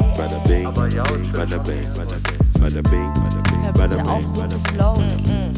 bing, bada bing, bada bing, bada bing, bada bing, bada bing.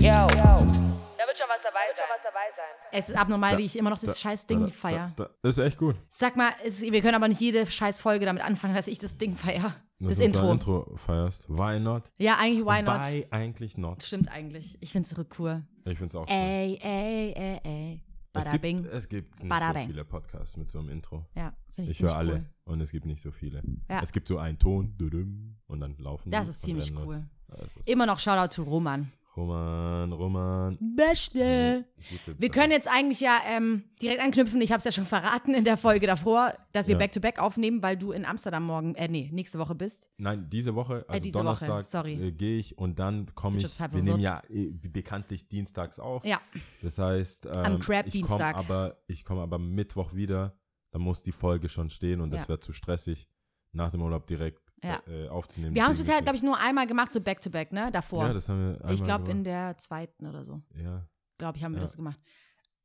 Yo. Da wird schon was dabei sein. Es ist abnormal, wie ich immer noch Da- dieses scheiß Ding da- feier. Da, da, ist echt gut. Sag mal, es, wir können aber nicht jede scheiß Folge damit anfangen, dass ich das Ding feier. Das, Dass du Intro. Dein Intro feierst. Why not? Ja, eigentlich, why not? Why eigentlich not? Stimmt eigentlich. Ich find's irre cool. Ich find's auch cool. Ey, ey, ey, ey. Es Bada gibt, äh, bing. es gibt nicht Bada so bing. viele Podcasts mit so einem Intro. Ja, finde ich, Ich höre ziemlich alle cool. und es gibt nicht so viele. Ja. Es gibt so einen Ton dudum, und dann laufen Das die ist und ziemlich rennen und- cool. Ja, es ist- Immer noch Shoutout zu Roman. Roman, Roman. Beste. Gute Wir Zeit. können jetzt eigentlich ja ähm, direkt anknüpfen. Ich habe es ja schon verraten in der Folge davor, dass wir Ja. Back-to-Back aufnehmen, weil du in Amsterdam morgen, äh, nee, nächste Woche bist. Nein, diese Woche, also Äh, diese Woche, Donnerstag sorry. äh, gehe ich und dann komme Bin ich. schon total Wir nehmen ja verwirrt. äh, bekanntlich dienstags auf. Ja, Das heißt, Crab ähm, ich komme Dienstag. aber, ich komme aber Mittwoch wieder. Da muss die Folge schon stehen und das Ja. wäre zu stressig, nach dem Urlaub direkt Ja. äh, aufzunehmen. wir haben es Deswegen bisher, ist glaube ich, nur einmal gemacht, so Back-to-Back, ne? Davor. Ja, das haben wir einmal ich glaube, in gemacht. der zweiten oder so, Ja. glaube ich, haben wir Ja. das gemacht.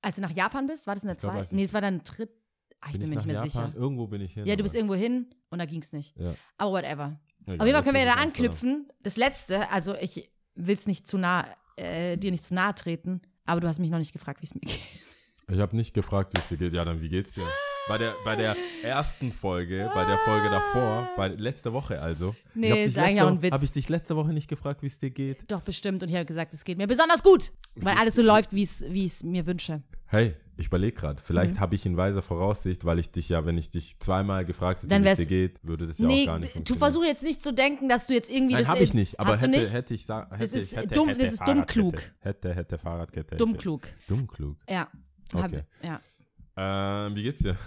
Als du nach Japan bist, war das in der Ich glaub, als zweiten? ich- Nee, es war dann dritt. Ah, ich bin, Bin ich mir nach nicht mehr Japan? sicher. Irgendwo bin ich hin. Ja, du bist aber- irgendwo hin und da ging es nicht. Ja. Aber whatever. Egal, Auf jeden Fall jetzt können wir ist da es Amsterdam. anknüpfen. Das letzte, also ich will es nicht zu nah, äh, dir nicht zu nahe treten, aber du hast mich noch nicht gefragt, wie es mir geht. Ich habe nicht gefragt, wie es dir geht. Ja, dann wie geht's dir? Bei der, bei der ersten Folge, bei der Folge davor, bei letzte Woche also. Nee, ist eigentlich auch ein Witz. Habe ich dich letzte Woche nicht gefragt, wie es dir geht? Doch, bestimmt. Und ich habe gesagt, es geht mir besonders gut, weil alles so läuft, wie es- wie ich es mir wünsche. Hey, ich überlege gerade. Mhm. Vielleicht habe ich in weiser Voraussicht, weil ich dich ja, wenn ich dich zweimal gefragt hätte, Dann wie es dir wär's- geht, würde das ja nee, auch gar nicht du funktionieren. versuch jetzt nicht zu denken, dass du jetzt irgendwie Nein, das. habe ich nicht. Aber hast du hätte, nicht? hätte ich sagen, hätte ich- ist hätte, dumm- hätte, das ist dumm Fahrradkette. klug. Hätte, hätte Fahrradkette. hätte. Dummklug. Dummklug. Ja. Hab, Okay. ja. Ähm, wie geht's dir?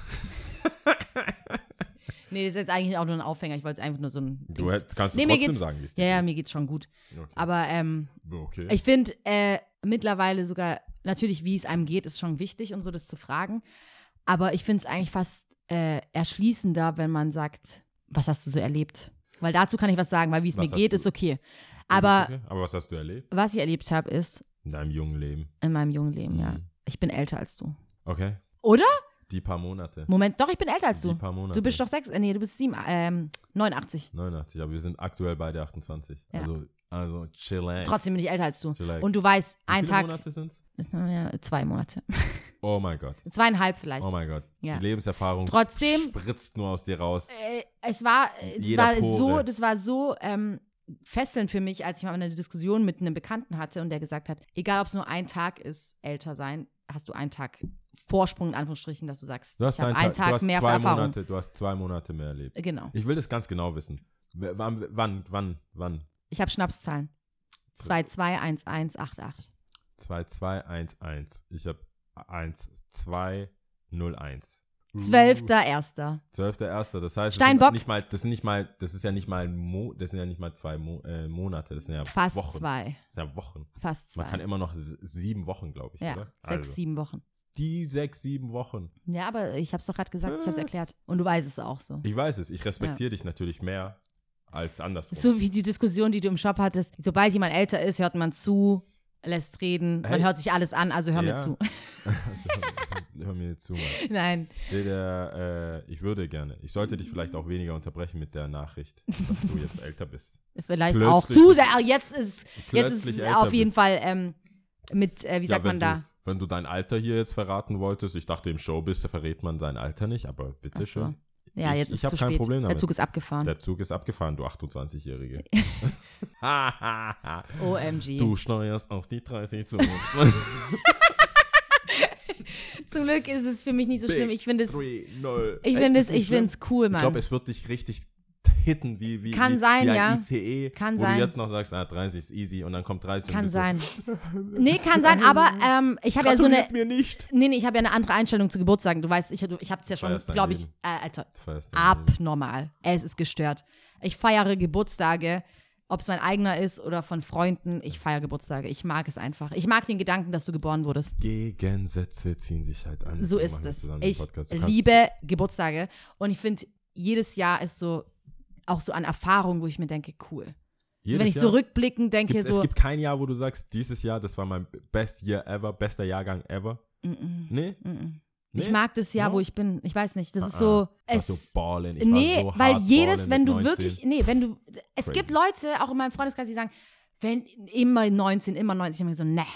Nee, das ist jetzt eigentlich auch nur ein Aufhänger. Ich wollte es einfach nur so ein. Du Dings- hätt- kannst du mir trotzdem geht's- sagen, wie es dir Ja, ja, geht. mir geht's schon gut. Okay. Aber ähm, Okay. Ich finde äh, mittlerweile sogar, natürlich, wie es einem geht, ist schon wichtig und so, das zu fragen. Aber ich finde es eigentlich fast äh, erschließender, wenn man sagt, was hast du so erlebt? Weil dazu kann ich was sagen, weil wie es Was mir hast geht, du- ist okay. Aber okay. aber was hast du erlebt was ich erlebt habe, ist in deinem jungen Leben? in meinem jungen Leben, ja. Mhm. Ich bin älter als du. Okay. Oder? Die paar Monate. Moment, doch, ich bin älter als Die du. paar Monate. Du bist doch sechs, äh, nee, du bist sieben, ähm, 89. 89, aber wir sind aktuell beide 28. Ja. Also, also chillen. Trotzdem bin ich älter als du. Vielleicht. Und du weißt, Wie ein viele Tag, Monate sind's? Ja, zwei Monate, Oh mein Gott. zweieinhalb vielleicht. Oh mein Gott. Ja. Die Lebenserfahrung Trotzdem- spritzt nur aus dir raus. Äh, es war, es Jeder war Pore. so, das war so ähm, fesselnd für mich, als ich mal eine Diskussion mit einem Bekannten hatte und der gesagt hat, egal ob es nur ein Tag ist, älter sein, hast du einen Tag Vorsprung in Anführungsstrichen, dass du sagst, Du hast ich habe einen einen Tag, du Tag hast mehr zwei Erfahrung. Monate, Du hast zwei Monate mehr erlebt. Äh, Genau. Ich will das ganz genau wissen. W wann, wann, wann, wann? Ich habe Schnapszahlen. 221188. 2211. Ich habe 1201. 12.01. 12.1. Das heißt, Steinbock. Das, sind nicht mal, das, sind nicht mal, das ist ja nicht mal Mo, das sind ja nicht mal zwei Mo, äh, Monate, das sind ja Fast Wochen. zwei. Das sind ja Wochen. Fast Man kann zwei. immer noch s- sieben Wochen, glaube ich, Ja, oder? Also. sechs, sieben Wochen. Die sechs, sieben Wochen. Ja, aber ich habe es doch gerade gesagt, ich habe es Äh. erklärt. Und du weißt es auch so. Ich weiß es, ich respektiere dich natürlich mehr als andersrum. So wie die Diskussion, die du im Shop hattest. Sobald jemand älter ist, hört man zu, lässt reden, man Hey. hört sich alles an, also hör mir Ja. zu. Also, hör, hör mir zu, Mann. Nein, Nee, der, äh, ich würde gerne. Ich sollte dich vielleicht auch weniger unterbrechen mit der Nachricht, dass du jetzt älter bist. vielleicht Plötzlich auch zu sehr. Ah, Jetzt ist, jetzt ist Plötzlich es älter auf jeden bist. Fall ähm, mit, äh, wie sagt wenn man du, da? Wenn du dein Alter hier jetzt verraten wolltest, ich dachte, im Show bist, verrät man sein Alter nicht, aber Ach so. bitte schön. Ja, Ich- jetzt ich ist hab zu kein spät. Problem Der damit. Zug ist abgefahren. Der Zug ist abgefahren, du 28-Jährige. OMG. du steuerst auf die 30 zu. Zum Glück ist es für mich nicht so schlimm. Ich finde es, ich 3-0. finde es, Echt, ist nicht ich schlimm? finde es cool, Ich Mann. glaube, es wird dich richtig hitten wie, wie, Kann wie, sein, wie ein ja. ICE, Kann wo sein. du jetzt noch sagst, ah, 30 ist easy und dann kommt 30. und kann bist so, sein. Nee, kann sein, aber ähm, ich habe ja so eine, "Gratuliert mir nicht. nee, nee, ich habe ja eine andere Einstellung zu Geburtstagen. Du weißt, ich, ich habe es ja schon, Feierst dein glaube ich, Leben. äh, Alter, Feierst dein Leben. abnormal. Es ist gestört. Ich feiere Geburtstage, ob es mein eigener ist oder von Freunden. Ich feiere Geburtstage. Ich mag es einfach. Ich mag den Gedanken, dass du geboren wurdest. Gegensätze ziehen sich halt an. So Wir ist machen es. zusammen den Ich Podcast. Du kannst- liebe Geburtstage und ich finde, jedes Jahr ist so auch so an Erfahrung, wo ich mir denke, cool. So, jedes wenn ich Jahr so rückblickend denke, Gibt, so, Es gibt kein Jahr, wo du sagst, dieses Jahr, das war mein best year ever, bester Jahrgang ever. Nee? mm, mm. Ich Nee? mag das Jahr, No? wo ich bin. Ich weiß nicht. Das ist Ah, so. Ich war Es, so ballen. Ich nee, war so weil hart jedes, ballen wenn mit du 19. wirklich, nee, wenn du, es Crazy. gibt Leute, auch in meinem Freundeskreis, die sagen, wenn immer 19, immer 19, ich hab mir so, ne.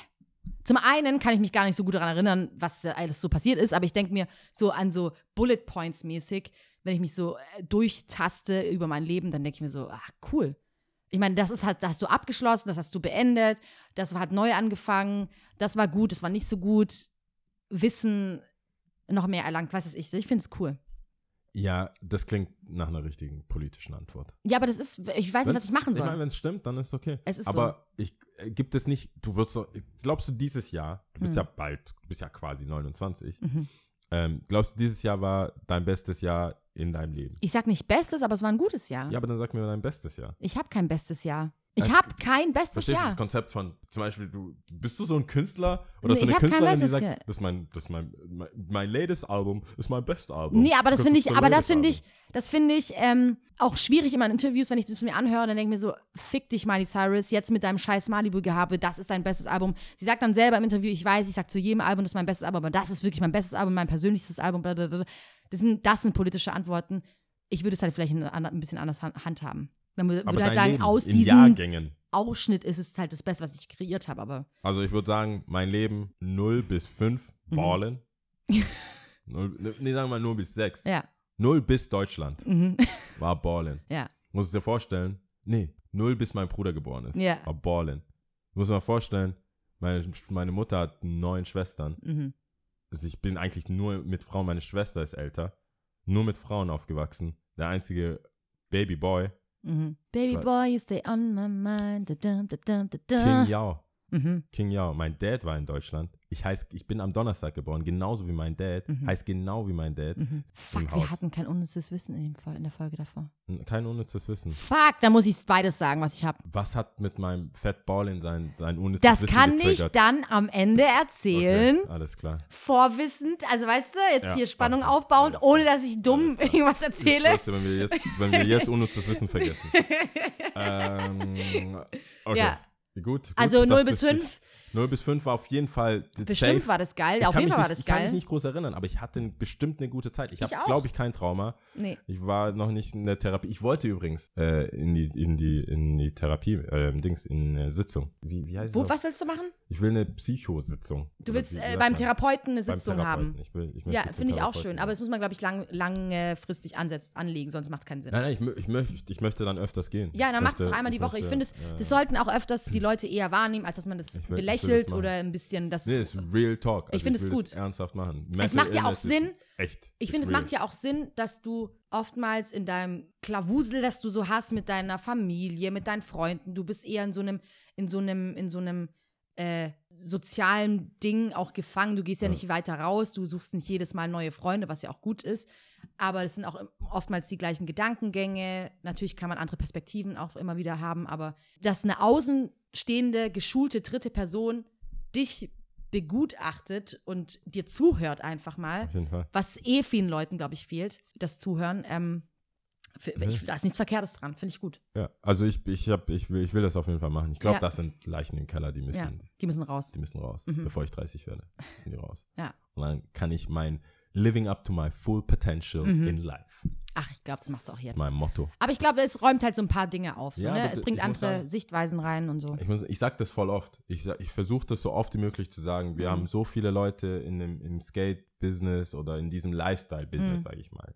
Zum einen kann ich mich gar nicht so gut daran erinnern, was äh, alles so passiert ist, aber ich denke mir so an so Bullet Points mäßig, wenn ich mich so äh, durchtaste über mein Leben, dann denke ich mir so, ach cool. Ich meine, das ist halt, das hast du abgeschlossen, das hast du beendet, das hat neu angefangen, das war gut, das war nicht so gut. Wissen noch mehr erlangt, was weiß ich. Ich finde es cool. Ja, das klingt nach einer richtigen politischen Antwort. Ja, aber das ist, ich weiß nicht, was Wenn's- ich machen soll. Ich meine, wenn es stimmt, dann ist okay. Es ist Aber ich, äh, gibt es nicht, du wirst so, glaubst du dieses Jahr, du Hm. bist ja bald, du bist ja quasi 29, Mhm. ähm, glaubst du dieses Jahr war dein bestes Jahr in deinem Leben? ich sag nicht bestes, aber es war ein gutes Jahr. Ja, aber dann sag mir dein bestes Jahr. Ich habe kein bestes Jahr. Ich Es- habe kein bestes Verstehst du das Jahr. Konzept von, zum Beispiel, du, bist du so ein Künstler oder Nee, ich so eine hab kein Künstlerin, die bestes sagt, Ge- das ist mein, das ist mein, mein, mein latest Album ist mein best Album. Nee, aber das finde ist ich, aber das finde ich, das finde ich ähm, auch schwierig immer in Interviews, wenn ich das mir anhöre, dann denke ich mir so, fick dich, Miley Cyrus, jetzt mit deinem scheiß Malibu-Gehabe, das ist dein bestes Album. Sie sagt dann selber im Interview, ich weiß, ich sag zu jedem Album, das ist mein bestes Album, aber das ist wirklich mein bestes Album, mein persönlichstes Album, blablabla. Das sind, das sind politische Antworten. Ich würde es halt vielleicht ein, ein bisschen anders han- handhaben. Dann würde, aber würde halt dein sagen, Leben aus in diesem Jahrgängen. Ausschnitt ist es halt das Beste, was ich kreiert habe, aber Also ich würde sagen, mein Leben 0 bis 5 Mhm. ballen. 0, nee, sagen wir mal 0 bis 6. ja. Mhm. 0 bis Deutschland war ballen. Ja. Muss ich dir vorstellen? Nee, 0 bis mein Bruder geboren ist. Ja. War ballen. Muss man vorstellen, meine, meine Mutter hat neun Schwestern. Mhm. Also ich bin eigentlich nur mit Frauen, meine Schwester ist älter. Nur mit Frauen aufgewachsen. Der einzige Babyboy, Mhm. Baby Schwe- boy, you stay on my mind. Da -dum, da -dum, da King -dum. Yao. Äh. Mhm. King Yao, mein Dad war in Deutschland. Ich heiß, ich bin am Donnerstag geboren, genauso wie mein Dad. Heißt genau wie mein Dad. Mhm. Fuck, wir Haus. hatten kein unnützes Wissen in, dem, Fol- in der Folge davor. Kein unnützes Wissen. Fuck, da muss ich beides sagen, was ich habe. Was hat mit meinem Fat Ball in sein, sein unnützes Das Wissen kann ich getriggert? dann am Ende erzählen. Okay, alles klar. Vorwissend, also weißt du, jetzt Ja, hier Spannung okay. aufbauen, Alles klar. ohne dass ich dumm Alles klar. irgendwas Ich erzähle. wusste, wenn wir jetzt, wenn wir jetzt unnützes Wissen vergessen. ähm, okay. Ja. Gut, gut. Also das 0 bis ist- 5? 0 bis 5 war auf jeden Fall Bestimmt safe war das geil. Ich Auf kann jeden mich Fall war nicht, das Ich kann mich geil. nicht groß erinnern, aber ich hatte bestimmt eine gute Zeit. Ich Ich habe, auch. glaube ich, kein Trauma. Nee. Ich war noch nicht in der Therapie. Ich wollte übrigens äh, in, die, in, die, in die Therapie, äh, Dings, in eine Sitzung. Wie, wie heißt Wo, das? was willst du machen? Ich will eine Psychositzung. Du Oder willst wie äh, sagt beim man? Therapeuten eine Beim Sitzung Therapeuten. haben. Ich will, ich möchte Ja, zum finde ich auch Therapeuten schön. gehen. Aber das muss man, glaube ich, lang, langfristig ansetzt, anlegen, sonst macht es keinen Sinn. Nein, nein, ich, mö- ich, möchte, ich möchte dann öfters gehen. Ja, dann Ich macht es doch möchte- einmal die Woche. Ich finde, es, möchte, äh, das sollten auch öfters die Leute eher wahrnehmen, als dass man das Ich will- ich will das belächelt machen. oder ein bisschen das. Nee, ist real talk. Also finde es will gut. Das ernsthaft machen. Es Mental macht ja auch Illness ist Sinn. Echt. ich finde, es macht ja auch Sinn, dass du oftmals in deinem Klavusel, das du so hast mit deiner Familie, mit deinen Freunden, du bist eher in so einem, in so einem, in so einem äh, sozialen Ding auch gefangen. Du gehst ja, Ja. nicht weiter raus, du suchst nicht jedes Mal neue Freunde, was ja auch gut ist. Aber es sind auch oftmals die gleichen Gedankengänge. Natürlich kann man andere Perspektiven auch immer wieder haben, aber dass eine außenstehende, geschulte dritte Person dich begutachtet und dir zuhört einfach mal, Auf jeden Fall. was eh vielen Leuten, glaube ich, fehlt, das Zuhören. Ähm, f- Mhm. ich, da ist nichts Verkehrtes dran, finde ich gut. Ja, also ich, ich, hab, ich, will, ich will das auf jeden Fall machen. Ich glaube, Ja. das sind Leichen im Keller, die müssen, Ja, die müssen raus. die müssen raus. Bevor ich 30 werde, müssen die raus. Ja. Und dann kann ich mein Living up to my full potential in life. Ach, ich glaube, das machst du auch Mhm. jetzt. Mein Motto. Aber ich glaube, es räumt halt so ein paar Dinge auf. So, Ja, ne? aber Es bringt ich muss andere sagen- Sichtweisen rein und so. Ich, muss- ich sage das voll oft. Ich, sag- ich versuche das so oft wie möglich zu sagen. Mhm. Wir haben so viele Leute in dem, im Skate-Business oder in diesem Lifestyle-Business, Mhm. sage ich mal.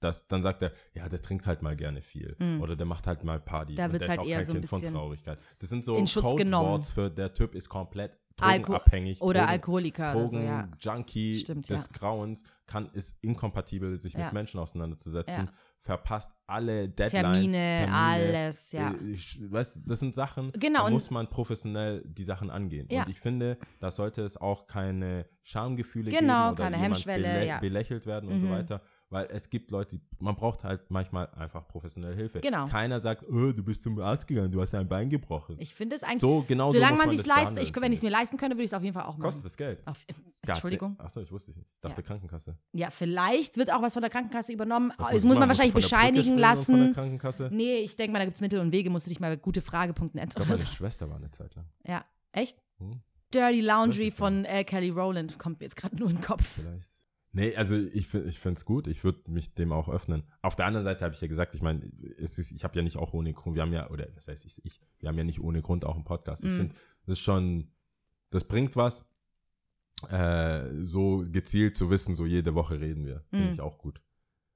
Das, dann sagt er, ja, der trinkt halt mal gerne viel. Oder der macht halt mal Party. Mhm. Da Und wird's der halt ist auch eher kein so ein Kind von bisschen Traurigkeit. Das sind so in Schutz Code genommen. Words für der Typ ist komplett Alko- drogenabhängig. oder Drogen- Alkoholiker oder so, Drogen, ja. Junkie Stimmt, des ja. Grauens kann, ist inkompatibel, sich Ja. mit Menschen auseinanderzusetzen. Ja. Verpasst alle Deadlines. Termine, alles, ja. äh, ich, weißt, du, das sind Sachen, Genau, da und- muss man professionell die Sachen angehen. Ja. Und ich finde, da sollte es auch keine Schamgefühle Genau, geben oder keine jemand Hemmschwelle, belä ja. Mhm. belächelt werden und so weiter. Weil es gibt Leute, die- man braucht halt manchmal einfach professionelle Hilfe. Genau. Keiner sagt, oh, du bist zum Arzt gegangen, du hast dein Bein gebrochen. Ich finde es eigentlich, So, genau so solange muss man man sich das leisten, ich, behandeln, wenn ich es finde mir leisten könnte, würde ich es auf jeden Fall auch machen. Kostet das Geld. Auf, God Entschuldigung. damn. Achso, ich wusste nicht. Ich dachte Krankenkasse. Ja, vielleicht wird auch was von der Krankenkasse übernommen. Was Das muss man, machen? Muss wahrscheinlich von der Brücke bescheinigen springen und Von der lassen. Krankenkasse? Ich Nee, ich denke mal, da gibt es Mittel und Wege, musst du dich mal bei gutefrage.net glaube, oder meine so. Schwester war eine Zeit lang. Ja, echt? Hm? Dirty Weiß Laundry ich gar von äh, Kelly Rowland kommt mir jetzt gerade nur in den Kopf. Vielleicht. Nee, also ich, fi- ich finde es gut. Ich würde mich dem auch öffnen. Auf der anderen Seite habe ich ja gesagt, ich meine, es ist, ich habe ja nicht auch ohne Grund, wir haben ja, oder das heißt, ich, ich wir haben ja nicht ohne Grund auch einen Podcast. Ich Mm. finde, das ist schon, das bringt was, äh, so gezielt zu wissen, so jede Woche reden wir. Finde Mm. ich auch gut.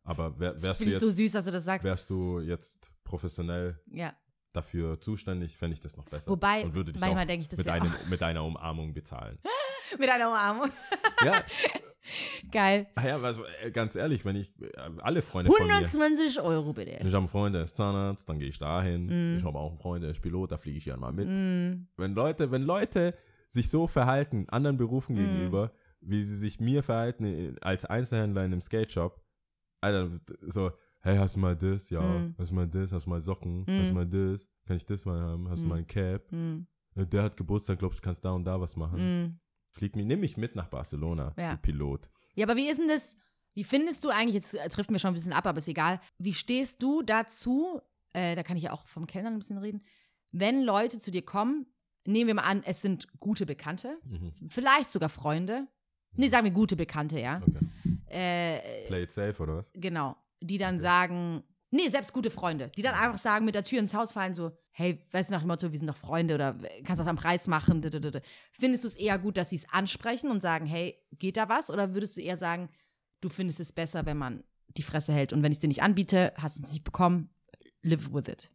Aber wär, Das wärst, du finde ich so jetzt, süß, dass du das sagst. wärst du jetzt professionell Ja. dafür zuständig, fände ich das noch besser. Wobei, Und würde dich manchmal auch denke ich das mit, ja einem, mit einer Umarmung bezahlen. Mit einer Umarmung. ja, Geil. Ah ja, also äh, ganz ehrlich, wenn ich äh, alle Freunde von mir. 120 Euro bitte. Ich habe einen Freund, der ist Zahnarzt, dann gehe ich dahin. Mm. Ich habe auch einen Freund, der ist Pilot, da fliege ich gern mal mit. Mm, Wenn Leute, wenn Leute sich so verhalten, anderen Berufen Mm. gegenüber, wie sie sich mir verhalten äh, als Einzelhändler in einem Skate Shop, Alter, so, hey, hast du mal das? Ja, Mm. hast du mal das? Hast du mal Socken? Mm. Hast du mal das? Kann ich das mal haben? Hast du Mm. mal ein Cap? mm, Äh, Der hat Geburtstag, glaubst du, kannst da und da was machen? mm. Flieg mich, nimm mich mit nach Barcelona, Ja. du Pilot. Ja, aber wie ist denn das? Wie findest du eigentlich, jetzt äh, trifft mir schon ein bisschen ab, aber ist egal. Wie stehst du dazu, äh, da kann ich ja auch vom Kellner ein bisschen reden, wenn Leute zu dir kommen, nehmen wir mal an, es sind gute Bekannte, Mhm. vielleicht sogar Freunde. Nee, Hm. sagen wir gute Bekannte, ja. Okay. Äh, Play it safe, oder was? Genau. Die dann sagen, nee, selbst gute Freunde, die dann einfach sagen, mit der Tür ins Haus fallen, so, hey, weißt du, nach dem Motto, wir sind doch Freunde oder kannst das am Preis machen. d- d- d- d. Findest du es eher gut, dass sie es ansprechen und sagen, hey, geht da was? Oder würdest du eher sagen, du findest es besser, wenn man die Fresse hält und wenn ich es dir nicht anbiete, hast du es nicht bekommen, live with it.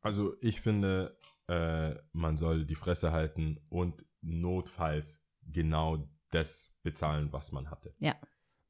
Also ich finde, äh, man soll die Fresse halten und notfalls genau das bezahlen, was man hatte. Ja.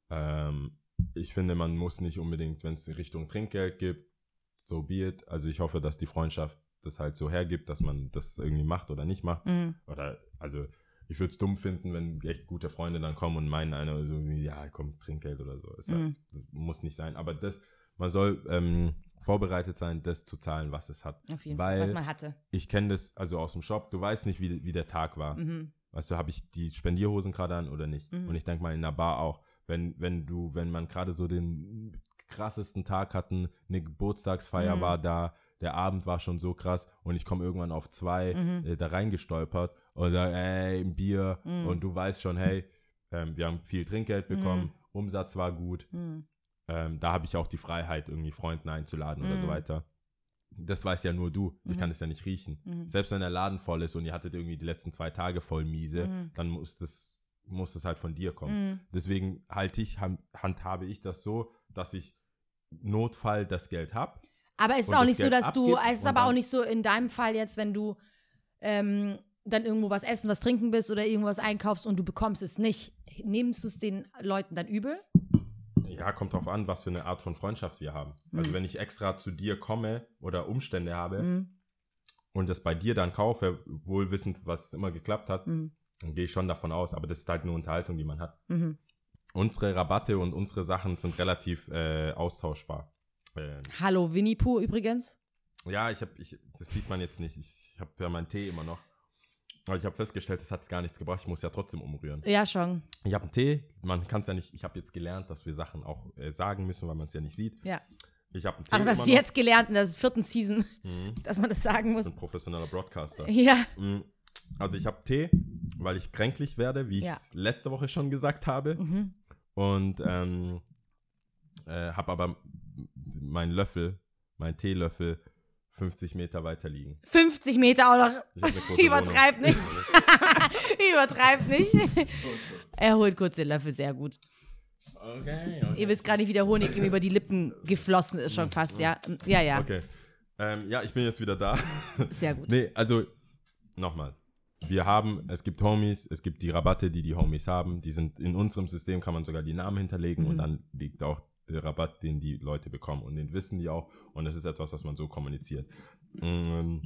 Ähm, ich finde, man muss nicht unbedingt, wenn es in Richtung Trinkgeld gibt, so be it. Also ich hoffe, dass die Freundschaft das halt so hergibt, dass man das irgendwie macht oder nicht macht. Mhm. Oder also ich würde es dumm finden, wenn echt gute Freunde dann kommen und meinen einer so, wie, ja, komm, Trinkgeld oder so. Ist Mhm. halt, das muss nicht sein. Aber das, man soll ähm, vorbereitet sein, das zu zahlen, was es hat Auf jeden Weil- Fall, was man hatte. ich kenne das also aus dem Shop, du weißt nicht, wie, wie der Tag war. Mhm. Weißt du, habe ich die Spendierhosen gerade an oder nicht? Mhm. Und ich denke mal in der Bar auch, wenn, wenn du, wenn man gerade so den krassesten Tag hatten, eine Geburtstagsfeier Mhm. war da, der Abend war schon so krass und ich komme irgendwann auf zwei Mhm. äh, da reingestolpert und sage, ey, ein Bier Mhm. und du weißt schon, hey, ähm, wir haben viel Trinkgeld bekommen, Mhm. Umsatz war gut, Mhm. ähm, da habe ich auch die Freiheit, irgendwie Freunden einzuladen oder so Mhm. weiter. Das weiß ja nur du. Ich Mhm. kann es ja nicht riechen. Mhm. Selbst wenn der Laden voll ist und ihr hattet irgendwie die letzten zwei Tage voll miese, Mhm. dann muss das, muss das halt von dir kommen. Mhm. Deswegen halte ich, han- handhabe ich das so, dass ich Notfall das Geld habe. Aber es ist und auch das nicht so, Geld dass du, abgibt es ist und aber auch dann- nicht so in deinem Fall jetzt, wenn du ähm, dann irgendwo was essen, was trinken bist oder irgendwas einkaufst und du bekommst es nicht, nimmst du es den Leuten dann übel? Ja, kommt drauf an, was für eine Art von Freundschaft wir haben. Also wenn ich extra zu dir komme oder Umstände habe Mhm. und das bei dir dann kaufe, wohl wissend, was immer geklappt hat, Mhm. dann gehe ich schon davon aus. Aber das ist halt eine Unterhaltung, die man hat. Mhm. unsere Rabatte und unsere Sachen sind relativ äh, austauschbar. Äh, Hallo Winnie Pooh übrigens. ja, ich habe, ich, das sieht man jetzt nicht. Ich habe ja meinen Tee immer noch. Aber ich habe festgestellt, das hat gar nichts gebracht. Ich muss ja trotzdem umrühren. Ja, schon. Ich habe einen Tee. Man kann es ja nicht. Ich habe jetzt gelernt, dass wir Sachen auch äh, sagen müssen, weil man es ja nicht sieht. Ja. Ich habe einen Tee. Ach, das hast du immer jetzt gelernt in der vierten Season, Noch. Mhm. dass man das sagen Ich muss. bin professioneller Broadcaster. Ja. Mhm. Also ich habe Tee, weil ich kränklich werde, wie ich Ja. es letzte Woche schon gesagt habe. Mhm. Und ähm, äh, habe aber meinen Löffel, meinen Teelöffel 50 Meter weiter liegen. 50 Meter auch noch. Ich hab eine große Übertreib Wohnung. nicht. Übertreibt nicht. er holt kurz den Löffel, sehr gut. Okay, Ihr okay. wisst gar nicht, wie der Honig ihm über die Lippen geflossen ist schon fast, ja. Ja, ja, Mhm. okay. Ähm, ja, ich bin jetzt wieder da. sehr gut. nee, also nochmal. Wir haben, es gibt Homies, es gibt die Rabatte, die die Homies haben. Die sind in unserem System, kann man sogar die Namen hinterlegen und dann liegt auch der Rabatt, den die Leute bekommen und den wissen die auch. Und das ist etwas, was man so kommuniziert. Ähm,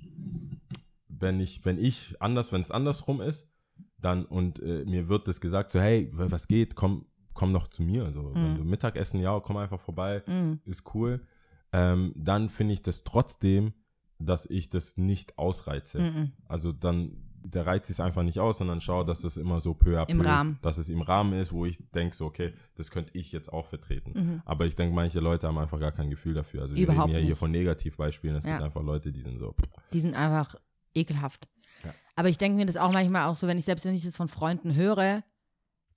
wenn ich, wenn ich anders, wenn es andersrum ist, dann und äh, mir wird das gesagt, so hey, w- was geht, komm, komm noch zu mir. So, wenn du Mittagessen, ja, komm einfach vorbei, ist cool. Ähm, dann finde ich das trotzdem, dass ich das nicht ausreize. Mhm. Also dann, der reizt es einfach nicht aus, sondern schau, dass es immer so peu à peu, Im Rahmen. dass es im Rahmen ist, wo ich denke, so, okay, das könnte ich jetzt auch vertreten. Aber ich denke, manche Leute haben einfach gar kein Gefühl dafür. Also wir Mhm. Überhaupt reden ja hier nicht. von Negativbeispielen. Es Ja. gibt einfach Leute, die sind so, pff, Die sind einfach ekelhaft. Ja. Aber ich denke mir das auch manchmal auch so, wenn ich selbst wenn ich das von Freunden höre,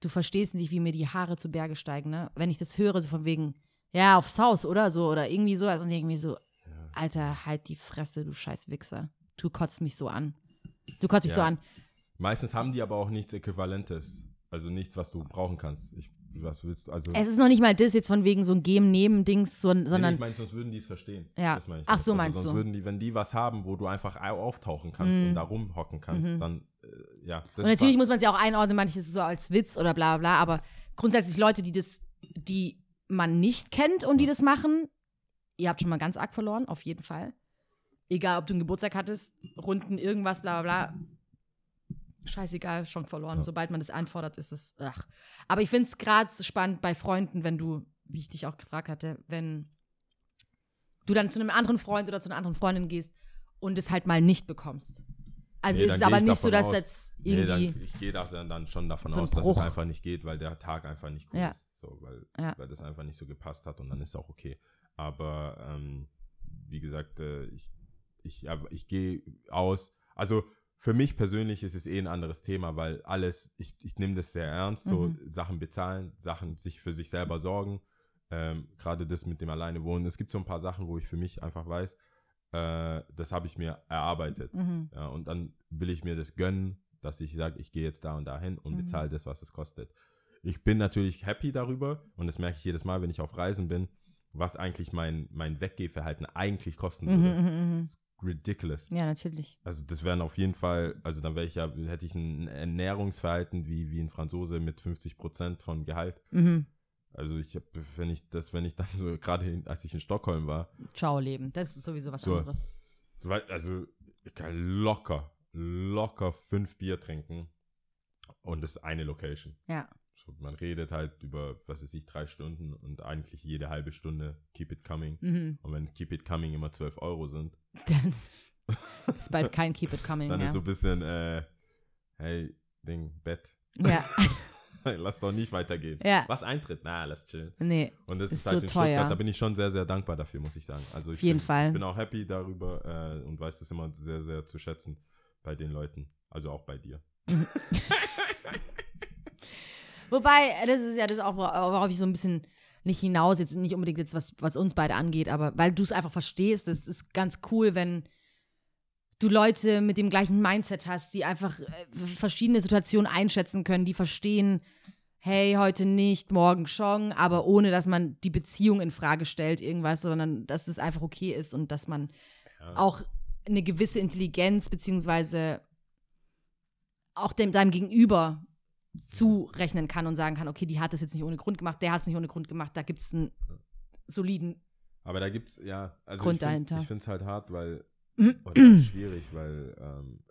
du verstehst nicht, wie mir die Haare zu Berge steigen, ne? Wenn ich das höre, so von wegen, ja, aufs Haus, oder so, oder irgendwie so, also irgendwie so, Alter, halt die Fresse, du scheiß Wichser. Du kotzt mich so an. Du kotzt mich Ja. so an. Meistens haben die aber auch nichts Äquivalentes. Also nichts, was du brauchen kannst. Ich, was willst du? Also, Es ist noch nicht mal das jetzt von wegen so ein Geben-Neben-Dings, so, Nee, sondern ich meine, sonst würden die es verstehen. Ja. Das meine ich Ach damit. Also so, meinst sonst du. Mhm. Würden die, wenn die was haben, wo du einfach au- auftauchen kannst und da rumhocken kannst, dann, äh, ja. Das Und ist natürlich wa- muss man es ja auch einordnen, manches so als Witz oder bla bla, bla, aber grundsätzlich Leute, die das, die man nicht kennt und die das machen, ihr habt schon mal ganz arg verloren, auf jeden Fall. Egal, ob du einen Geburtstag hattest, Runden, irgendwas, bla bla bla. Scheißegal, schon verloren. Ja. Sobald man das einfordert, ist es, ach. Aber ich finde es gerade spannend bei Freunden, wenn du, wie ich dich auch gefragt hatte, wenn du dann zu einem anderen Freund oder zu einer anderen Freundin gehst und es halt mal nicht bekommst. Also Nee, ist dann es aber geh ich nicht so, davon dass aus. jetzt Nee, irgendwie. dann, ich gehe da dann, dann schon davon so ein aus, dass es Bruch. einfach nicht geht, weil der Tag einfach nicht cool Ja. ist. So, weil, Ja. weil das einfach nicht so gepasst hat und dann ist auch okay. Aber ähm, wie gesagt, äh, ich, ich, aber ich gehe aus. Also für mich persönlich ist es eh ein anderes Thema, weil alles, ich, ich nehme das sehr ernst, Mhm. so Sachen bezahlen, Sachen sich für sich selber sorgen. Ähm, Gerade das mit dem Alleine wohnen. Es gibt so ein paar Sachen, wo ich für mich einfach weiß, äh, das habe ich mir erarbeitet. Mhm. Ja, und dann will ich mir das gönnen, dass ich sage, ich gehe jetzt da und da hin Mhm. und bezahle das, was es kostet. Ich bin natürlich happy darüber und das merke ich jedes Mal, wenn ich auf Reisen bin, was eigentlich mein, mein Weggehverhalten eigentlich kosten Mhm, würde. mhm, mhm. Ridiculous. Ja, natürlich. Also das wären auf jeden Fall, also dann wäre ich ja, hätte ich ein Ernährungsverhalten wie, wie ein Franzose mit 50% von Gehalt. Mhm. Also ich habe, wenn ich das, wenn ich dann so, gerade in- als ich in Stockholm war, Ciao, Leben. Das ist sowieso was So. anderes. Weil, also, ich kann locker, locker fünf Bier trinken und das ist eine Location. Ja. So, man redet halt über, was weiß ich, drei Stunden und eigentlich jede halbe Stunde Keep It Coming. Mhm. Und wenn Keep It Coming immer 12 Euro sind, Dann ist bald kein Keep It Coming dann mehr. ist so ein bisschen, äh, hey, Ding, Bett. ja, lass doch nicht weitergehen. Ja. Was Eintritt? Na, lass chillen. nee. Und das Ist ist, halt so in teuer. Stuttgart, da bin ich schon sehr, sehr dankbar dafür, muss ich sagen. Also ich Auf jeden bin, Fall. Ich bin auch happy darüber äh, und weiß das immer sehr, sehr zu schätzen bei den Leuten. Also auch bei dir. Wobei, äh, das ist ja das auch, wor- worauf ich so ein bisschen nicht hinaus, jetzt nicht unbedingt jetzt, was, was uns beide angeht, aber weil du es einfach verstehst, das ist ganz cool, wenn du Leute mit dem gleichen Mindset hast, die einfach äh, verschiedene Situationen einschätzen können, die verstehen, hey, heute nicht, morgen schon, aber ohne, dass man die Beziehung in Frage stellt, irgendwas, sondern dass es einfach okay ist und dass man auch eine gewisse Intelligenz beziehungsweise auch dem, deinem Gegenüber zurechnen kann und sagen kann, okay, die hat das jetzt nicht ohne Grund gemacht, der hat es nicht ohne Grund gemacht, da gibt es einen soliden, Aber da gibt's, ja, also Grund ich find- dahinter. ich finde es halt hart, weil, oder halt schwierig, weil ähm,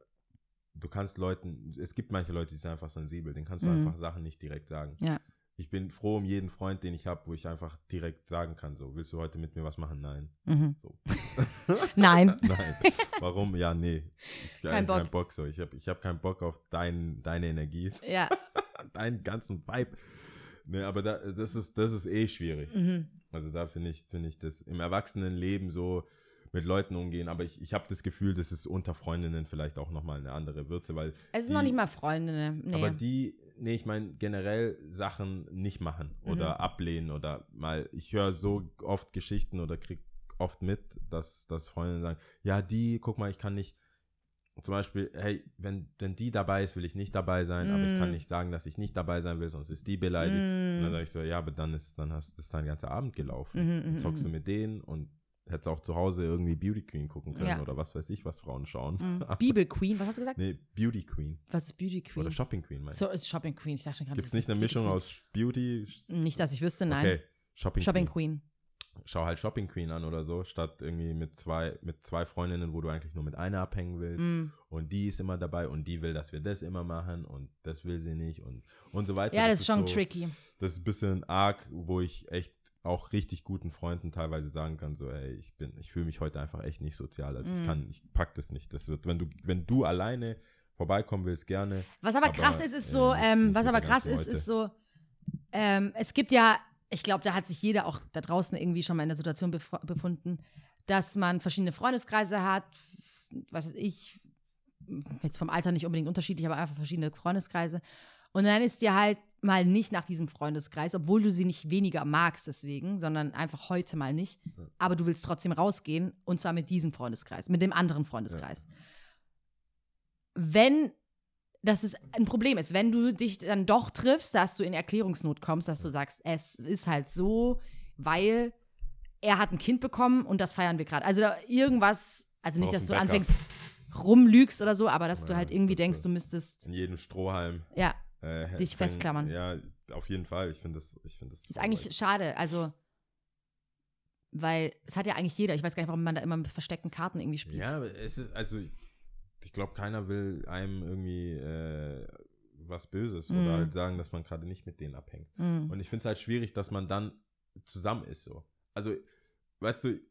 du kannst Leuten, es gibt manche Leute, die sind einfach sensibel, denen kannst du Mhm. einfach Sachen nicht direkt sagen. Ja. Ich bin froh um jeden Freund, den ich habe, wo ich einfach direkt sagen kann, so, willst du heute mit mir was machen? Nein. mhm. So. nein, Nein. Warum? Ja, nee. Ich hab Kein eigentlich Bock. keinen Bock so. Ich habe ich hab keinen Bock auf dein, deine Energie, ja, deinen ganzen Vibe. Nee, aber da, das, ist, das ist eh schwierig. mhm. Also da finde ich, finde ich das im Erwachsenenleben so mit Leuten umgehen. Aber ich, ich habe das Gefühl, das ist unter Freundinnen vielleicht auch nochmal eine andere Würze, weil. es ist die- noch nicht mal Freunde, ne? nee. Aber die, nee, ich meine generell Sachen nicht machen oder Mhm. ablehnen oder mal, ich höre so oft Geschichten oder krieg oft mit, dass, dass Freundinnen sagen, ja, die, guck mal, ich kann nicht, zum Beispiel, hey, wenn, wenn die dabei ist, will ich nicht dabei sein, aber ich kann Mhm. nicht sagen, dass ich nicht dabei sein will, sonst ist die beleidigt. Und dann sage ich so, ja, aber dann ist, dann hast du das dein ganzer Abend Mhm, gelaufen. Dann zockst du mit denen und hättest auch zu Hause irgendwie Beauty Queen gucken können Ja. Mhm. oder was weiß ich, was Frauen schauen. Bibel Queen, was hast du gesagt? nee, Beauty Queen Was ist Beauty Queen? oder Shopping Queen, meinst du? so, ist Shopping Queen, ich dachte schon gerade. Gibt es das nicht ist eine Beauty Mischung Queen. aus Beauty? Nicht, dass ich wüsste, nein. Okay, Shopping, Shopping Queen. Queen. Schau halt Shopping Queen an oder so, statt irgendwie mit zwei, mit zwei Freundinnen, wo du eigentlich nur mit einer abhängen willst. Mm. Und die ist immer dabei und die will, dass wir das immer machen und das will sie nicht und, und so weiter. Ja, das ist schon so, tricky. Das ist ein bisschen arg, wo ich echt auch richtig guten Freunden teilweise sagen kann, so, hey, ich bin, ich fühle mich heute einfach echt nicht sozial. Also Mm. ich kann, ich pack das nicht. Das wird, wenn du, wenn du alleine vorbeikommen willst, gerne. Was aber, Aber, krass ist, ist äh, so, nicht- ähm, nicht was mit aber der krass ganzen ist, Meute. ist so, ähm, es gibt ja, ich glaube, da hat sich jeder auch da draußen irgendwie schon mal in der Situation bef- befunden, dass man verschiedene Freundeskreise hat, f- was weiß ich, jetzt vom Alter nicht unbedingt unterschiedlich, aber einfach verschiedene Freundeskreise. Und dann ist dir halt mal nicht nach diesem Freundeskreis, obwohl du sie nicht weniger magst deswegen, sondern einfach heute mal nicht. Aber du willst trotzdem rausgehen und zwar mit diesem Freundeskreis, mit dem anderen Freundeskreis. Wenn das ist ein Problem ist, wenn du dich dann doch triffst, dass du in Erklärungsnot kommst, dass du sagst, es ist halt so, weil er hat ein Kind bekommen und das feiern wir gerade. Also da irgendwas, also nicht, dass Brauchst du ein Backup. anfängst rumlügst oder so, aber dass du Ja, halt irgendwie das, denkst, äh, du müsstest, In jedem Strohhalm. ja, Äh, Dich wenn- festklammern. Ja, auf jeden Fall. Ich finde das, ich finde das. Ist eigentlich langweilig. schade, also weil es hat ja eigentlich jeder. Ich weiß gar nicht, warum man da immer mit versteckten Karten irgendwie spielt. Ja, aber es ist also, ich glaube, keiner will einem irgendwie äh, was Böses Mm. oder halt sagen, dass man gerade nicht mit denen abhängt. Mm. Und ich finde es halt schwierig, dass man dann zusammen ist so. Also, weißt du,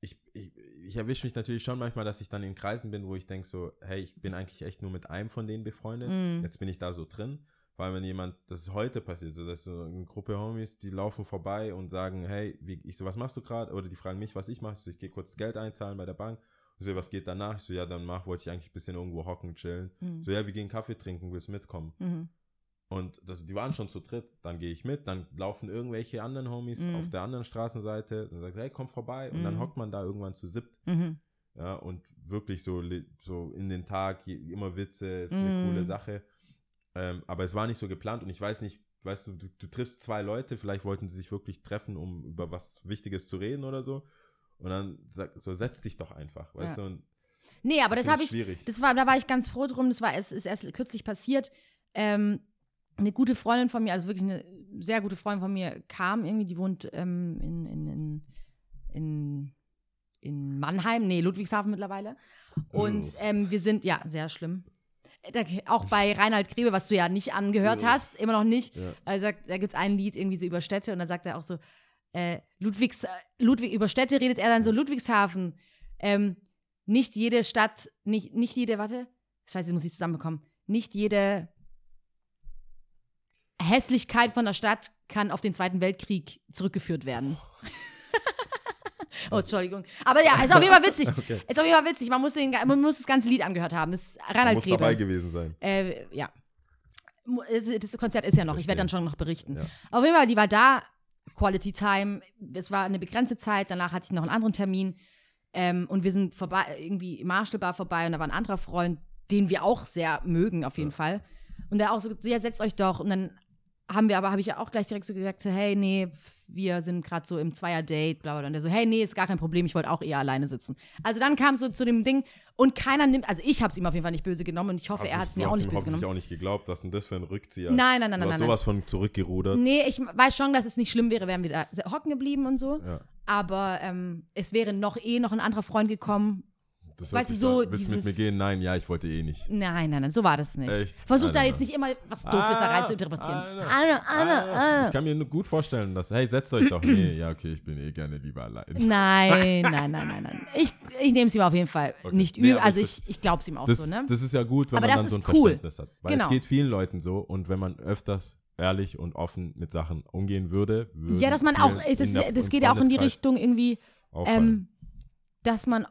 ich, ich, ich erwische mich natürlich schon manchmal, dass ich dann in Kreisen bin, wo ich denke so, hey, ich bin eigentlich echt nur mit einem von denen befreundet. Mm. Jetzt bin ich da so drin. Vor allem, wenn jemand, das ist heute passiert, so, dass so eine Gruppe Homies, die laufen vorbei und sagen, hey, wie, ich so, was machst du gerade? Oder die fragen mich, was ich mache. Ich so, ich gehe kurz Geld einzahlen bei der Bank. Und so, was geht danach? Ich so, ja, danach wollte ich eigentlich ein bisschen irgendwo hocken, chillen. Mm. So, ja, wir gehen Kaffee trinken, willst du mitkommen? Mhm. Und das, die waren schon zu dritt. Dann gehe ich mit, dann laufen irgendwelche anderen Homies Mhm. auf der anderen Straßenseite und sagt, hey, komm vorbei. Und Mhm. dann hockt man da irgendwann zu siebt. Mhm. Ja, und wirklich so, le- so in den Tag, je- immer Witze, ist eine Mhm. coole Sache. Ähm, aber es war nicht so geplant und ich weiß nicht, weißt du, du, du triffst zwei Leute, vielleicht wollten sie sich wirklich treffen, um über was Wichtiges zu reden oder so. Und dann sag, so setz dich doch einfach, weißt Ja. du? Und Nee, aber das, find habe ich, schwierig. das war, da war ich ganz froh drum. Das war, es ist erst kürzlich passiert. Ähm, eine gute Freundin von mir, also wirklich eine sehr gute Freundin von mir, kam irgendwie, die wohnt ähm, in, in, in, in, in Mannheim, nee, Ludwigshafen mittlerweile. Und Oh. ähm, wir sind, ja, sehr schlimm. Äh, Da, auch bei Reinhard Grebe, was du ja nicht angehört Oh. hast, immer noch nicht. Ja. Also sagt, da gibt es ein Lied irgendwie so über Städte und dann sagt er auch so, äh, Ludwigs, Ludwig, über Städte redet er dann so Ludwigshafen. Ähm, nicht jede Stadt, nicht, nicht jede, warte, scheiße, muss ich zusammenbekommen. Nicht jede Hässlichkeit von der Stadt kann auf den Zweiten Weltkrieg zurückgeführt werden. oh, Entschuldigung. Aber ja, ist auf jeden Fall witzig. Okay. Ist auf jeden Fall witzig. Man muss, den, man muss das ganze Lied angehört haben. Das ist Man Reinhard muss dabei Grebe. gewesen sein. Äh, ja. Mu- äh, Das Konzert ist ja noch. Ich werde dann schon noch berichten. Ja. Auf jeden Fall, die war da. Quality Time. Es war eine begrenzte Zeit. Danach hatte ich noch einen anderen Termin. Ähm, und wir sind vorbei, irgendwie im Marshall Bar vorbei. Und da war ein anderer Freund, den wir auch sehr mögen, auf jeden Fall. Und der auch so, so, ja, setzt euch doch. Und dann haben wir aber, habe ich ja auch gleich direkt so gesagt, so, hey, nee, wir sind gerade so im Zweier-Date, bla bla. bla. Und der so, hey, nee, ist gar kein Problem, ich wollte auch eher alleine sitzen. Also dann kam es so zu dem Ding und keiner nimmt, also ich habe es ihm auf jeden Fall nicht böse genommen und ich hoffe, Hast er du- hat es du mir hast auch nicht ihm böse hoffentlich genommen. auch nicht geglaubt, was denn das für ein Rückzieher? Nein, nein, nein, du nein, hast nein. sowas von zurückgerudert. Nee, ich weiß schon, dass es nicht schlimm wäre, wären wir da hocken geblieben und so. Ja. Aber ähm, es wäre noch eh noch ein anderer Freund gekommen. Das Weißt hört sich du, so an, willst du mit mir dieses- gehen? Nein, ja, ich wollte eh nicht. Nein, nein, nein, so war das nicht. Echt? Versuch I da don't jetzt know. nicht immer was Doofes da Ah, rein zu interpretieren. ah. I don't know. Anna, Anna, Ah, Ich kann mir nur gut vorstellen, dass, hey, setzt euch doch. Nee, ja, okay, ich bin eh gerne lieber allein. Nein, nein, nein, nein, nein. Ich, ich nehme es ihm auf jeden Fall Okay. nicht Nee, übel. aber also das- ich, ich glaube es ihm auch Das, so, ne? das ist ja gut, wenn Aber man das dann so ein ist cool. Verständnis hat. Weil Genau. es geht vielen Leuten so und wenn man öfters ehrlich und offen mit Sachen umgehen würde, würde ja, dass man auch, das, ist, das geht ja auch in die Richtung irgendwie, ähm, dass man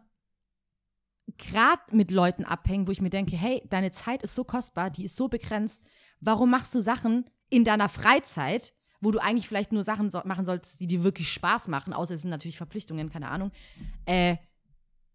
gerade mit Leuten abhängt, wo ich mir denke, hey, deine Zeit ist so kostbar, die ist so begrenzt. Warum machst du Sachen in deiner Freizeit, wo du eigentlich vielleicht nur Sachen so machen solltest, die dir wirklich Spaß machen, außer es sind natürlich Verpflichtungen, keine Ahnung. Äh,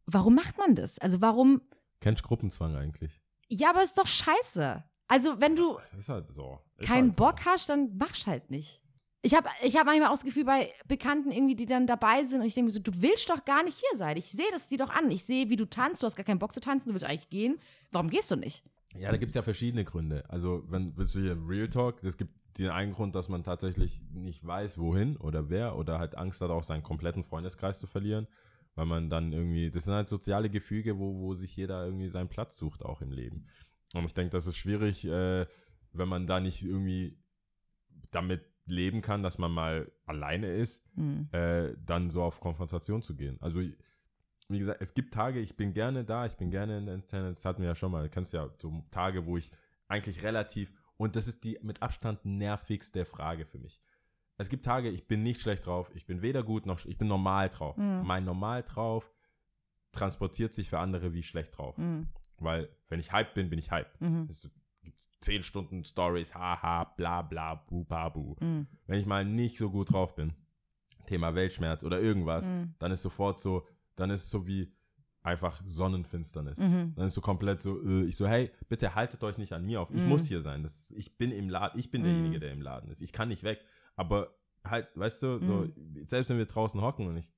warum macht man das? Also warum, Kennst du Gruppenzwang eigentlich? ja, aber ist doch scheiße. Also wenn du Ist halt so. Ist keinen halt so. Bock hast, dann machst halt nicht. Ich habe ich hab manchmal auch das Gefühl bei Bekannten irgendwie, die dann dabei sind und ich denke mir so, du willst doch gar nicht hier sein. Ich sehe das dir doch an. Ich sehe, wie du tanzt. Du hast gar keinen Bock zu tanzen. Du willst eigentlich gehen. Warum gehst du nicht? Ja, da gibt es ja verschiedene Gründe. Also, wenn willst du hier Real Talk, es gibt den einen Grund, dass man tatsächlich nicht weiß, wohin oder wer oder halt Angst hat, auch seinen kompletten Freundeskreis zu verlieren, weil man dann irgendwie, das sind halt soziale Gefüge, wo, wo sich jeder irgendwie seinen Platz sucht, auch im Leben. Und ich denke, das ist schwierig, äh, wenn man da nicht irgendwie damit leben kann, dass man mal alleine ist, Hm. äh, dann so auf Konfrontation zu gehen. Also, wie gesagt, es gibt Tage, ich bin gerne da, ich bin gerne in der Tennis, das hatten wir ja schon mal, du kennst ja so Tage, wo ich eigentlich relativ, und das ist die mit Abstand nervigste Frage für mich. Es gibt Tage, ich bin nicht schlecht drauf, ich bin weder gut noch, sch- ich bin normal drauf. Mein normal drauf Mhm. Hm. transportiert sich für andere wie schlecht drauf. Weil, wenn ich hyped bin, bin ich hyped. Das ist gibt's zehn Stunden Stories, haha, bla bla, bu, babu. Mhm. Wenn ich mal nicht so gut drauf bin, Thema Weltschmerz oder irgendwas, Mhm. dann ist sofort so, dann ist es so wie einfach Sonnenfinsternis. Mhm. Dann ist so komplett so, äh, ich so, hey, bitte haltet euch nicht an mir auf. Ich muss hier sein. Das, ich bin im Laden, ich bin derjenige, der im Laden ist. Ich kann nicht weg. Aber halt, weißt du, so, selbst wenn wir draußen hocken und ich,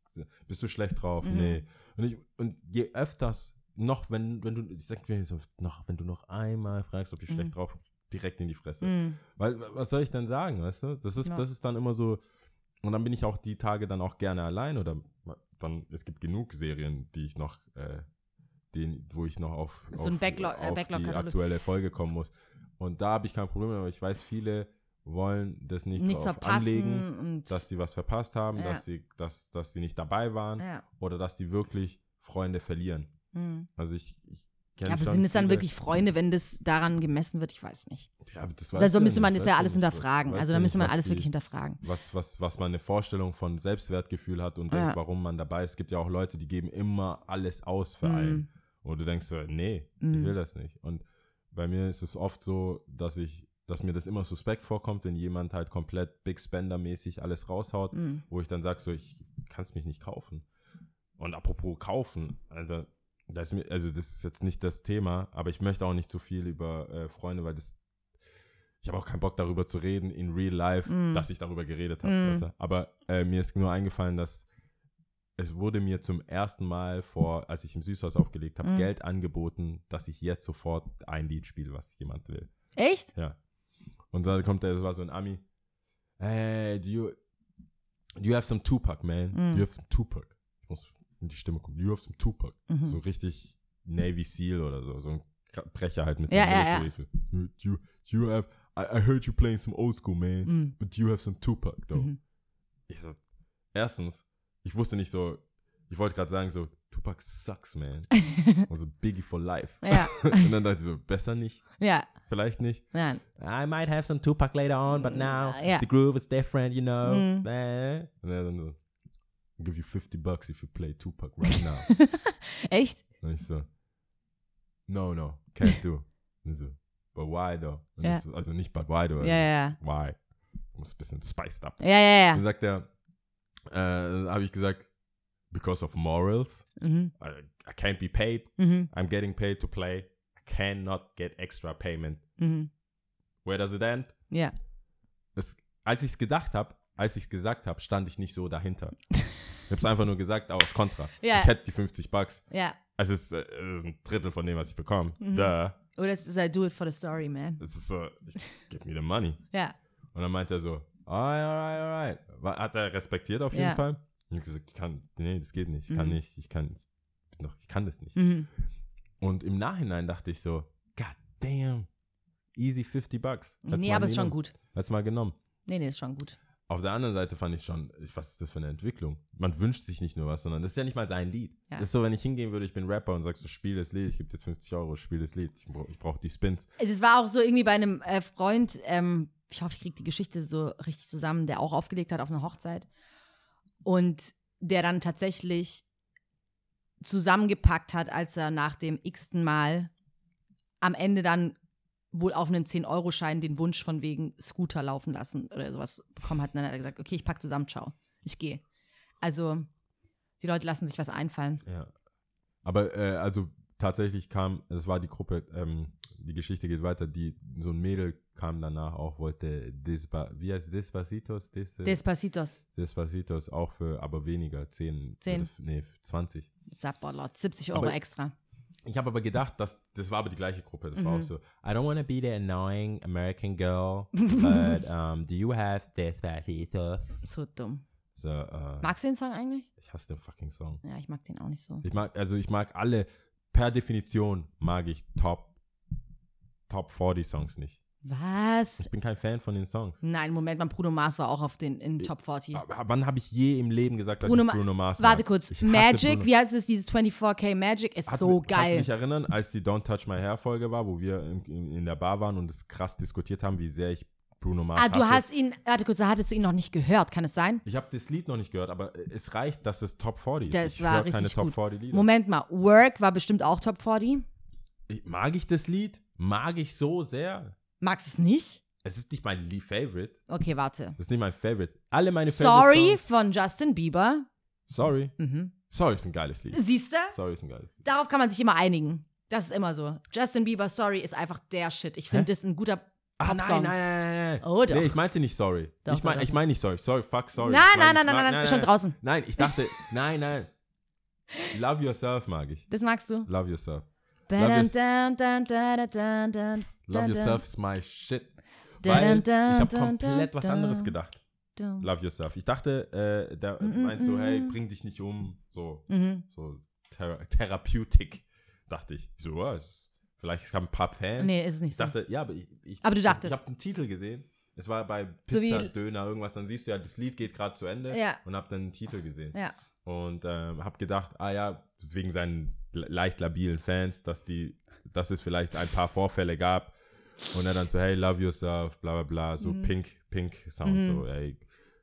bist du schlecht drauf? Nee. Und ich, und je öfters, noch, wenn, wenn du, ich sag mir so, noch, wenn du noch einmal fragst, ob ich schlecht drauf, direkt in die Fresse. Mhm. Weil, was soll ich denn sagen, weißt du? Das ist, Ja. das ist dann immer so, und dann bin ich auch die Tage dann auch gerne allein oder dann, es gibt genug Serien, die ich noch, äh, den, wo ich noch auf, So auf, ein Backlog- äh, auf die Backlog-Katalog. aktuelle Folge kommen muss. Und da habe ich kein Problem, aber ich weiß, viele wollen das nicht nichts drauf verpassen anlegen, und dass sie was verpasst haben, Ja. dass sie, dass, dass sie nicht dabei waren ja. oder dass die wirklich Freunde verlieren. Mhm. Also ich, ich kenne Aber schon sind es dann viele- wirklich Freunde, wenn das daran gemessen wird? Ich weiß nicht. Ja, aber das Also müsste man das ja alles hinterfragen. Also da müsste man alles wirklich hinterfragen. hinterfragen. was, was, was man eine Vorstellung von Selbstwertgefühl hat und Ja. denkt, warum man dabei ist. Es gibt ja auch Leute, die geben immer alles aus für Mhm. einen. Und du denkst so, nee, ich Mhm. will das nicht. Und bei mir ist es oft so, dass ich, dass mir das immer suspekt vorkommt, wenn jemand halt komplett Big Spender-mäßig alles raushaut, Mhm. wo ich dann sage, so, ich kann es mich nicht kaufen. Und apropos kaufen, also das, ist mir, also das ist jetzt nicht das Thema, aber ich möchte auch nicht zu viel über äh, Freunde, weil das, ich habe auch keinen Bock darüber zu reden in real life, dass ich darüber geredet habe. Mm. Weißt du? Aber äh, mir ist nur eingefallen, dass es wurde mir zum ersten Mal vor, als ich im Süßhaus aufgelegt habe, Geld angeboten, dass ich jetzt sofort ein Lied spiele, was jemand will. Echt? Ja. Und dann kommt der, es war so ein Ami. Hey, do you, do you have some Tupac, man? Mm. Do you have some Tupac? Ich muss in die Stimme gucken. Do you have some Tupac? Mhm. So richtig Navy Seal oder so. So ein Kra- Brecher halt mit so Ja, einem ja, ja. Military-Feel. Do, you- do you have, I, I heard you playing some old school, man. Mhm. But do you have some Tupac, though? Ich so, erstens, ich wusste nicht so, ich wollte gerade sagen so, Tupac sucks, man. also Biggie for life. Ja. Und dann dachte ich so, besser nicht, Ja. vielleicht nicht. Nein. I might have some Tupac later on, but now ja. the groove is different, you know. Eh. Und er dann so, I'll give you 50 bucks if you play Tupac right now. Echt? und ich so, no, no, can't do. Und ich so, but why though? Und Ja. ich so, also nicht but why though, Ja, also ja, why? Muss ein bisschen spiced up. ja. Ja, ja, Dann ja. sagt er, äh, habe ich gesagt, because of morals, Mhm. I, I can't be paid, Mhm. I'm getting paid to play, I cannot get extra payment. Mhm. Where does it end? Ja. es, als ich es gedacht habe, als ich es gesagt habe, stand ich nicht so dahinter. ich habe es einfach nur gesagt, aus Kontra. Ja. Ich hätte die 50 Bucks. Ja. Es ist, äh, es ist ein Drittel von dem, was ich bekomme. Mhm. Da. Oder es ist halt do it for the story, man. Es ist so, ich, gib mir the money. Ja. Und dann meint er so, alright, alright, alright. Wa- Hat er respektiert auf jeden Ja. Fall. Und ich hab gesagt, ich kann, nee, das geht nicht. Ich kann nicht, ich kann, ich, bin doch, ich kann das nicht. Mhm. Und im Nachhinein dachte ich so, god damn, easy 50 Bucks. Hat's Nee, mal aber ist schon genommen. gut. Hat's mal genommen. Nee, nee, ist schon gut. Auf der anderen Seite fand ich schon, ich- was ist das für eine Entwicklung? Man wünscht sich nicht nur was, sondern das ist ja nicht mal sein Lied. Ja. Das ist so, wenn ich hingehen würde, ich bin Rapper und sagst so, spiel das Lied, ich gebe dir 50 Euro, spiel das Lied, ich, brauch- ich brauche die Spins. Das Also, war auch so irgendwie bei einem äh, Freund, ähm, ich hoffe, ich kriege die Geschichte so richtig zusammen, der auch aufgelegt hat auf einer Hochzeit. Und der dann tatsächlich zusammengepackt hat, als er nach dem x-ten Mal am Ende dann wohl auf einen 10-Euro-Schein den Wunsch von wegen Scooter laufen lassen oder sowas bekommen hat. Und dann hat er gesagt, okay, ich pack zusammen, ciao. Ich gehe. Also, die Leute lassen sich was einfallen. Ja. Aber äh, also tatsächlich kam, es war die Gruppe, ähm, die Geschichte geht weiter, die, so ein Mädel kam danach auch, wollte Despa, wie heißt Despacitos? Des, Despacitos, Despacitos auch für, aber weniger, 10, Zehn. nee, 20. Sapperlot, 70 Euro Aber- extra. Ich habe aber gedacht, dass das war aber die gleiche Gruppe. Das Mhm. war auch so. I don't want to be the annoying American girl, but um, do you have Despacito? So dumm. So, äh, Magst du den Song eigentlich? ich hasse den fucking Song. Ja, ich mag den auch nicht so. Ich mag, also ich mag alle, per Definition mag ich Top, Top 40 Songs nicht. Was? Ich bin kein Fan von den Songs. Nein, Moment mal, Bruno Mars war auch auf den in Top 40. Aber wann habe ich je im Leben gesagt, dass Bruno ich Ma- also Bruno Mars mag? Warte kurz. Ich hasse Magic, Bruno- wie heißt es, dieses 24K Magic? Ist Hat- so Kannst du geil. dich erinnern, als die Don't Touch My Hair Folge war, wo wir in, in, in der Bar waren und es krass diskutiert haben, wie sehr ich Bruno Mars Ah, du hasse? hast ihn, warte kurz, da hattest du ihn noch nicht gehört, kann es sein? Ich habe das Lied noch nicht gehört, aber äh, es reicht, dass es Top 40 ist. Das ich war höre richtig keine Top gut. 40 Lieder. Moment mal, Work war bestimmt auch Top 40. Ich- Mag ich das Lied? Mag ich so sehr. Magst du es nicht? Es ist nicht mein Lie- Favorite. Okay, warte. Das ist nicht mein Favorite. Alle meine Sorry Favorite Songs. von Justin Bieber. Sorry. Mhm. Sorry ist ein geiles Lied. Siehst du? Sorry ist ein geiles Lied. Darauf kann man sich immer einigen. Das ist immer so. Justin Bieber, sorry, ist einfach der Shit. Ich Hä? finde, das ist ein guter Ah, nein, nein, Popsong. nein, nein, nein. Oh, doch. Nee, ich meinte nicht sorry. Doch, ich meine doch, ich doch. mein nicht sorry. Sorry, fuck, sorry. Nein, Ich mein, nein, ich nein, mag- nein, nein, schon draußen. Nein, ich dachte, nein, nein. Love Yourself mag ich. Das magst du? Love Yourself. Dun, yours- dun, dun, dun, dun, dun, dun, Love dun, Yourself is my shit. Dun, Weil dun, ich dun, habe dun, komplett dun, was anderes dun. gedacht. dun. Love Yourself. Ich dachte, äh, da Mhm, meinst du, hey, bring dich nicht um. So, so thera Therapeutik, dachte ich. Ich So, ah, ist- vielleicht haben ein paar Fans. Nee, ist es Ich nicht so. dachte, ja, aber ich, ich Aber du Ich dachtest. habe den Titel gesehen. Es war bei So wie- Pizza, Döner, irgendwas. Dann siehst du ja, das Lied geht gerade zu Ende Ja. und habe dann den Titel gesehen. Ja. Und ähm, habe gedacht, ah ja, wegen seinen le- leicht labilen Fans, dass, die, dass es vielleicht ein paar Vorfälle gab. Und er dann so, hey, love yourself, bla bla bla, so pink, pink Sound, so, ey,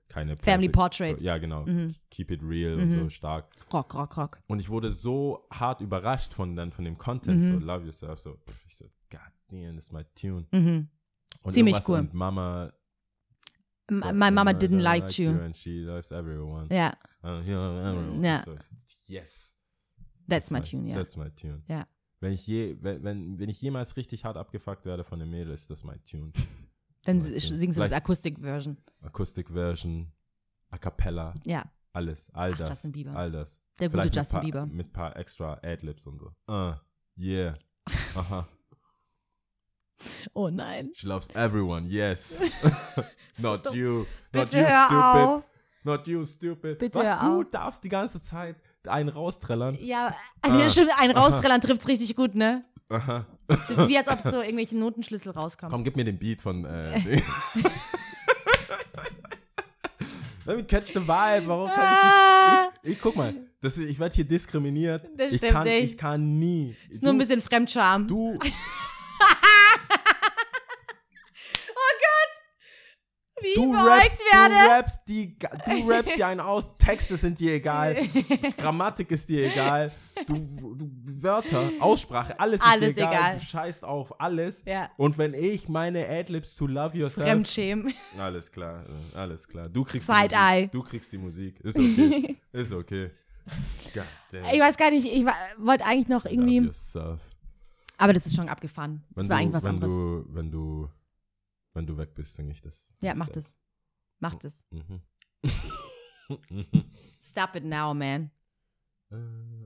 keine Mhm. Family Plastik- Portrait. Mhm. So, ja, genau, keep it real und so stark. Rock, rock, rock. Und ich wurde so hart überrascht von, dann, von dem Content, Mhm. so Love Yourself, so, pff, ich so, God damn, this is my tune. Mhm. Und Ziemlich irgendwas cool. Und Mama, M my mama didn't like you. And she loves everyone. Ja, Uh, yeah, everyone. Ja. So, yes. that's my tune, ja. That's my tune. Ja. Wenn ich, je, wenn, wenn, wenn ich jemals richtig hart abgefuckt werde von einem Mädel, ist das mein Tune. Dann my tune. singst du das Like- Akustik-Version. Akustikversion, A Cappella, Ja, alles, all Ach, das. Justin Bieber. All das. der gute Vielleicht mit Justin paar, Bieber. Mit paar extra Adlibs und so. Uh, yeah. Aha. Oh nein. She loves everyone, yes. not dumm. you. Not Bitte you, hör stupid. auf. Not you, stupid. Bitte Was, hör du auf. darfst die ganze Zeit einen raustrellern. Ja, also Ah. schon ein Rausrellern trifft's richtig gut, ne? Das ist wie, als ob so irgendwelche Notenschlüssel rauskommen. Komm, gib mir den Beat von. Äh, Ding. Let me catch the vibe. Warum kann Ah, ich nicht? Ich guck mal, das ist, ich werde hier diskriminiert. Das ich stimmt kann, nicht. Ich kann nie. ist nur ein bisschen Fremdscham. Du, wie du, ich du, beäugt rappst, werde. du rappst die, ga- du rappst dir einen aus. Texte sind dir egal. Grammatik ist dir egal. Du, du Wörter, Aussprache, alles ist Alles dir egal. egal. Du scheißt auf alles. Ja. Und wenn ich meine Adlibs zu Love Yourself Fremdschämen. Alles klar, äh, alles klar. Du kriegst die Side-Eye. Musik. Du kriegst die Musik. Ist okay. Ist okay. God damn. Ich weiß gar nicht, ich wa- wollte eigentlich noch Love irgendwie. yourself. Aber das ist schon abgefahren. Wenn Das war du, eigentlich was wenn anderes. Du, wenn du, wenn du weg bist, singe ich das. Ja, mach das. Mach das. Mhm. Stop it now, man. Äh,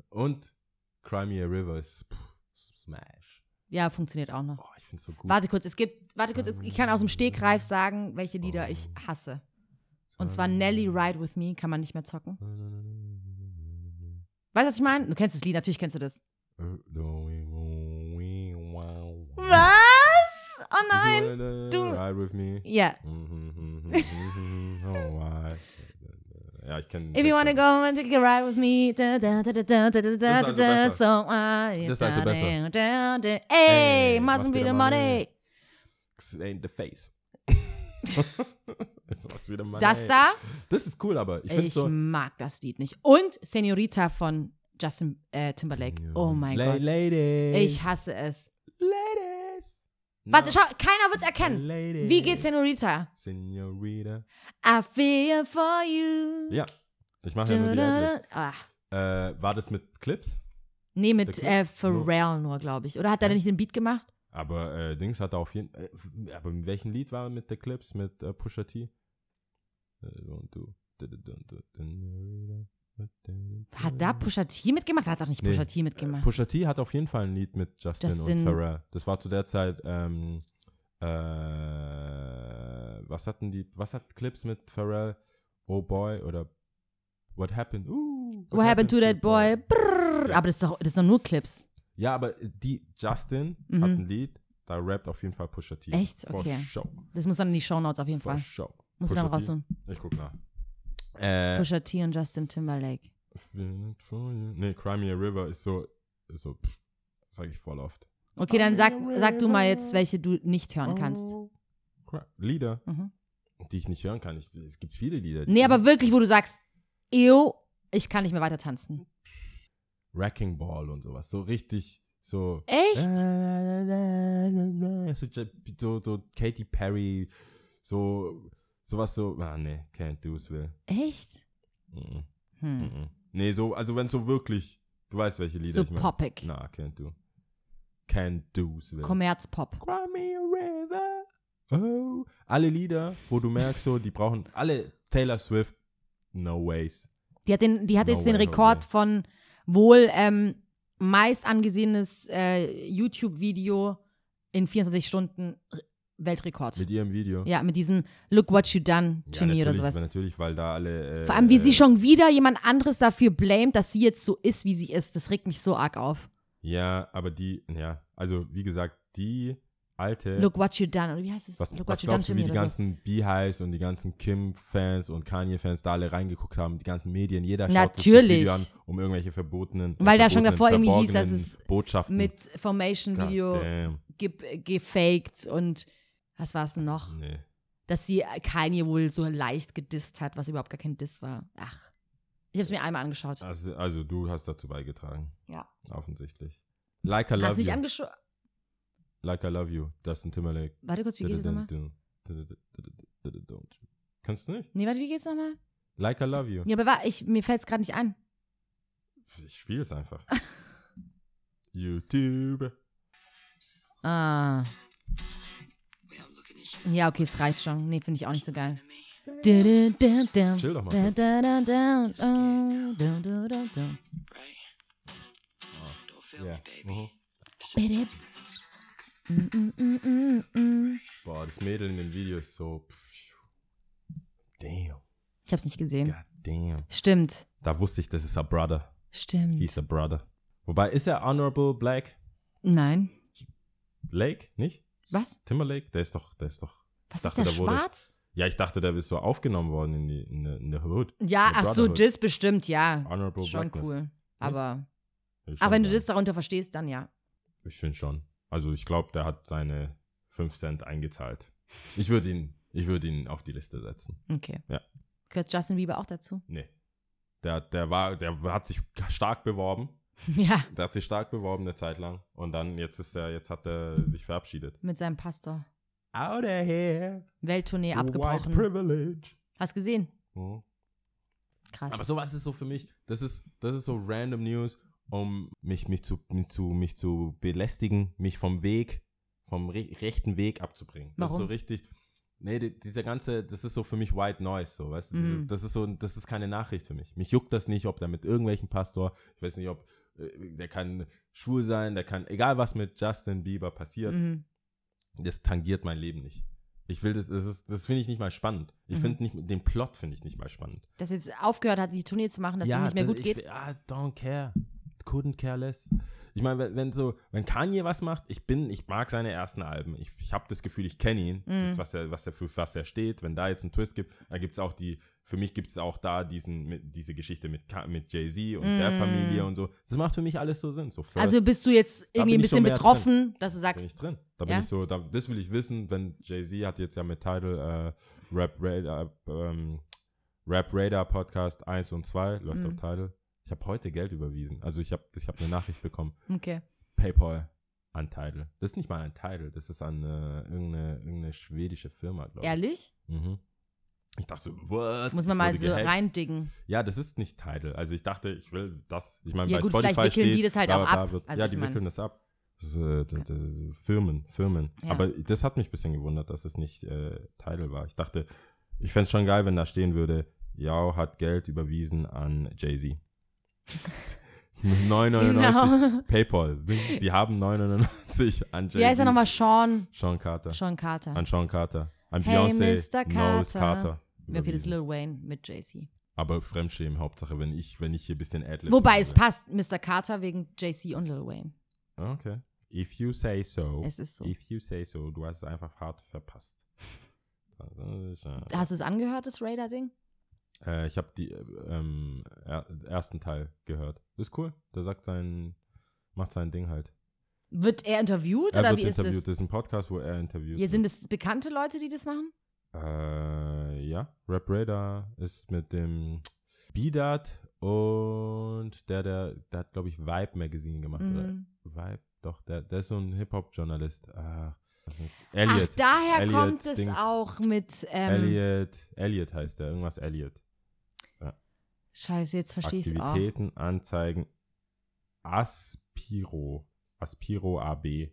Und Cry Me a River ist pff, Smash. Ja, funktioniert auch noch. Oh, ich find's so gut. Warte kurz, es gibt, warte kurz, ich kann aus dem Stegreif sagen, welche Lieder ich hasse. Und zwar ne- Nelly Ride With Me kann man nicht mehr zocken. Weißt du, was ich meine? Du kennst das Lied, natürlich kennst du das. Was? Was? Oh nein. du- Ride with me. Ja. oh my. Ja, ich kenne. If you wanna go and take a ride with me. Da, da, da, da, da, da, da, da, Das ist also da, besser. so I- Das ist also da, besser. da, da. Ey, Ey, must be the money. It ain't the face. Jetzt machst du wieder mal. Das ey. da, Das ist cool, aber ich finde ich so. mag das Lied nicht. Und Senorita von Justin äh, Timberlake. Oh mein La- Gott. Ladies. Ich hasse es. Ladies. Warte, schau, keiner wird's erkennen. Ladies. Wie geht's Senorita? Senorita. I feel for you. Ja. Ich mache ja nur die Adlibs. Ja, Ach, äh, War das mit Clips? nee, mit Der Clip? äh, Pharrell nur, glaube ich. Oder hat er nicht den Beat gemacht? Aber äh, Dings hat er auf jeden Fall. Äh, aber in welchem Lied war er mit der Clips? Mit äh, Pusha T? Äh, und du. Hat da Pusha T mitgemacht? Hat doch nicht Nee, Pusha T mitgemacht. Pusha T hat auf jeden Fall ein Lied mit Justin, Justin- und Pharrell. Das war zu der Zeit, ähm, äh, was hatten die, was hat Clips mit Pharrell? Oh boy oder What happened? Uh, Ooh, What happened to that boy? Brrr. Ja. Aber das ist, doch, das ist doch nur Clips. Ja, aber die Justin hat ein Lied, da rappt auf jeden Fall Pusha T. Mhm. Echt? For Okay. Show. Das muss dann in die Shownotes auf jeden For Fall. show. Muss ich Pusha dann T. raussuchen. Ich guck nach. Äh, Pusha T und Justin Timberlake. Feeling it for you. Nee, Cry Me a River ist so, ist so, pff, sag ich voll oft. Okay, dann sag, sag du mal jetzt, welche du nicht hören kannst. Oh. Cry- Lieder, Mhm. die ich nicht hören kann. Ich, es gibt viele Lieder. die- Nee, aber wirklich, wo du sagst, ew, ich kann nicht mehr weiter tanzen. Wrecking Ball und sowas. So richtig So. Echt? So, so, so Katy Perry, so sowas so, ah nee, can't do es will. Echt? Mm -mm, Hm. mm -mm. Nee, so, also wenn so wirklich, du weißt welche Lieder So ich meine. poppig. Na, can't do. Can't do's will. Kommerzpop. Crimea River. Oh. Alle Lieder, wo du merkst, so, die brauchen alle Taylor Swift, no ways. Die hat, den, die hat No jetzt den way, no Rekord way. von wohl ähm, meist angesehenes äh, YouTube-Video in 24 Stunden R- Weltrekord. Mit ihrem Video. ja, mit diesem Look what you done Ja, to me oder natürlich, sowas. weil- Natürlich, weil da alle. Äh, Vor allem, wie äh, sie schon wieder jemand anderes dafür blamet, dass sie jetzt so ist, wie sie ist. Das regt mich so arg auf. Ja, aber die, ja, also wie gesagt, die alte. Look what you done. Oder wie heißt es? was, Look what was you done glaubst to du, me wie die oder so. ganzen Beehives und die ganzen Kim-Fans und Kanye-Fans da alle reingeguckt haben, die ganzen Medien, jeder schaut sich das Natürlich. Video an, um irgendwelche verbotenen, Weil äh, da schon verbotenen, davor irgendwie hieß, dass verborgenen es Botschaften Mit Formation-Video Goddamn, ge gefaked und was war es denn noch? Nee. dass sie Kanye wohl so leicht gedisst hat, was überhaupt gar kein Diss war. Ach. Ich habe es mir einmal angeschaut. Also, also du hast dazu beigetragen, Ja. offensichtlich. Like I Hast love mich you, angeschaut. like I love you, Justin Timberlake. Warte kurz, wie geht es nochmal? Kannst du nicht? Nee, warte, wie geht's nochmal? Like I love you. Ja, aber wa- ich, mir fällt's gerade nicht ein. Ich spiele es einfach. YouTube. Ah. Ja, okay, es reicht schon. Nee, finde ich auch nicht so geil. Chill Chill doch doch mal kurz. mal. Ja. Mhm. Boah, das Mädel in dem Video ist so. pff, Damn. Ich hab's nicht gesehen. God damn. Stimmt. Da wusste ich, das ist a brother. Stimmt. He's a brother. Wobei, ist er Honorable Black? Nein. Lake? Nicht? Was? Timberlake? Der ist doch, der ist doch. Was Dachte, ist der da wurde- schwarz? Ja, ich dachte, der ist so aufgenommen worden in, die, in, der- in der Hood. Ja, Eine ach so, Brotherhood. Diss bestimmt, ja. Honorable schon Blackness. cool. Aber, Will ich schon aber wenn du sagen. das darunter verstehst, dann ja. Ich finde schon. Also ich glaube, der hat seine 5 Cent eingezahlt. Ich würde ihn, ich würde ihn auf die Liste setzen. Okay. Ja. Gehört Justin Bieber auch dazu? Nee. Der, der war, der hat sich stark beworben. ja, Der hat sich stark beworben eine Zeit lang. Und dann, jetzt ist er, jetzt hat er sich verabschiedet. mit seinem Pastor. Out of here. Welttournee White abgebrochen. privilege. Hast gesehen? Mhm. Krass. Aber sowas ist so für mich, das ist, das ist so random News, um mich, mich, zu, mich, zu, mich zu belästigen, mich vom Weg, vom re rechten Weg abzubringen. Das ist so Warum? richtig. Nee, di- dieser ganze, das ist so für mich White Noise, so, weißt du? Mhm. Das ist so, das ist keine Nachricht für mich. Mich juckt das nicht, ob da mit irgendwelchen Pastor, ich weiß nicht, ob, äh, der kann schwul sein, der kann, egal was mit Justin Bieber passiert, mhm. das tangiert mein Leben nicht. Ich will das, das ist, das finde ich nicht mal spannend. Mhm. Ich finde nicht, den Plot finde ich nicht mal spannend Dass jetzt aufgehört hat, die Tournee zu machen, dass es ihm nicht mehr das- gut ich, geht. I don't care. Couldn't care less. Ich meine, wenn, wenn so, wenn Kanye was macht, ich bin, ich mag seine ersten Alben. Ich, ich habe das Gefühl, ich kenne ihn, Mhm. das, was er, was er für was er steht. Wenn da jetzt ein Twist gibt, dann gibt es auch die, für mich gibt es auch da diesen, mit, diese Geschichte mit, Ka- mit Jay-Z und Mhm. der Familie und so. Das macht für mich alles so Sinn. So first Also bist du jetzt irgendwie bin ein ich schon bisschen mehr betroffen, dass du bin ich sagst, drin. Da bin Ja? ich so, da, das will ich wissen, wenn Jay-Z hat jetzt ja mit Title äh, Rap Radar, ähm, Rap Radar Podcast 1 und 2, läuft Mhm. auf Title. Ich habe heute Geld überwiesen. Also ich habe ich hab eine Nachricht bekommen. okay. PayPal an Title. Das ist nicht mal an Title, das ist an äh, irgendeine, irgendeine schwedische Firma, glaube ich. Ehrlich? Mhm. Ich dachte so, what? Muss man Ich mal wurde so gehackt. reindicken. Ja, das ist nicht Title. Also ich dachte, ich will das. Ich meine, Ja, bei gut, Spotify vielleicht wickeln steht, die das halt bla, auch bla, ab. wird- Also ja, ich die mein- wickeln das ab. Das, äh, d- d- Firmen, Firmen. Ja. Aber das hat mich ein bisschen gewundert, dass es nicht äh, Title war. Ich dachte, ich fände es schon geil, wenn da stehen würde, Yao hat Geld überwiesen an Jay-Z. 9,99 Genau. PayPal. Sie haben 9,99 an Jay-Z. Wie heißt er nochmal? Sean, Sean Carter. Sean Carter. An Sean Carter. An Hey, Beyoncé. Mr. Knowles Carter. Carter. okay, das ist überwiesen. Lil Wayne mit Jay-Z. Aber Fremdschämen, Hauptsache, wenn ich, wenn ich hier ein bisschen Adlibs Wobei mache. es passt, Mr. Carter wegen Jay-Z und Lil Wayne. Ah, Okay. If you say so. Es ist so. If you say so. Du hast es einfach hart verpasst. Hast du es angehört, das Radar-Ding? Äh, ich habe die äh, ähm, er, ersten Teil gehört. Ist cool. Der sagt sein, macht sein Ding halt. Wird er interviewt Er oder wird wie ist interviewt. das? Das ist ein Podcast, wo er interviewt. Hier sind es bekannte Leute, die das machen? wird. äh, ja. Rap Radar ist mit dem Bidat und der, der, der hat glaube ich Vibe Magazine gemacht. Oder Mhm. Vibe, doch, der, der ist so ein Hip-Hop-Journalist. Ah, Ach, Elliot. daher Elliot kommt es Dings. auch mit. Ähm, Elliot. Elliot heißt der. Irgendwas Elliot. Scheiße, jetzt verstehe ich es auch. Aktivitäten anzeigen. Aspiro. Aspiro AB.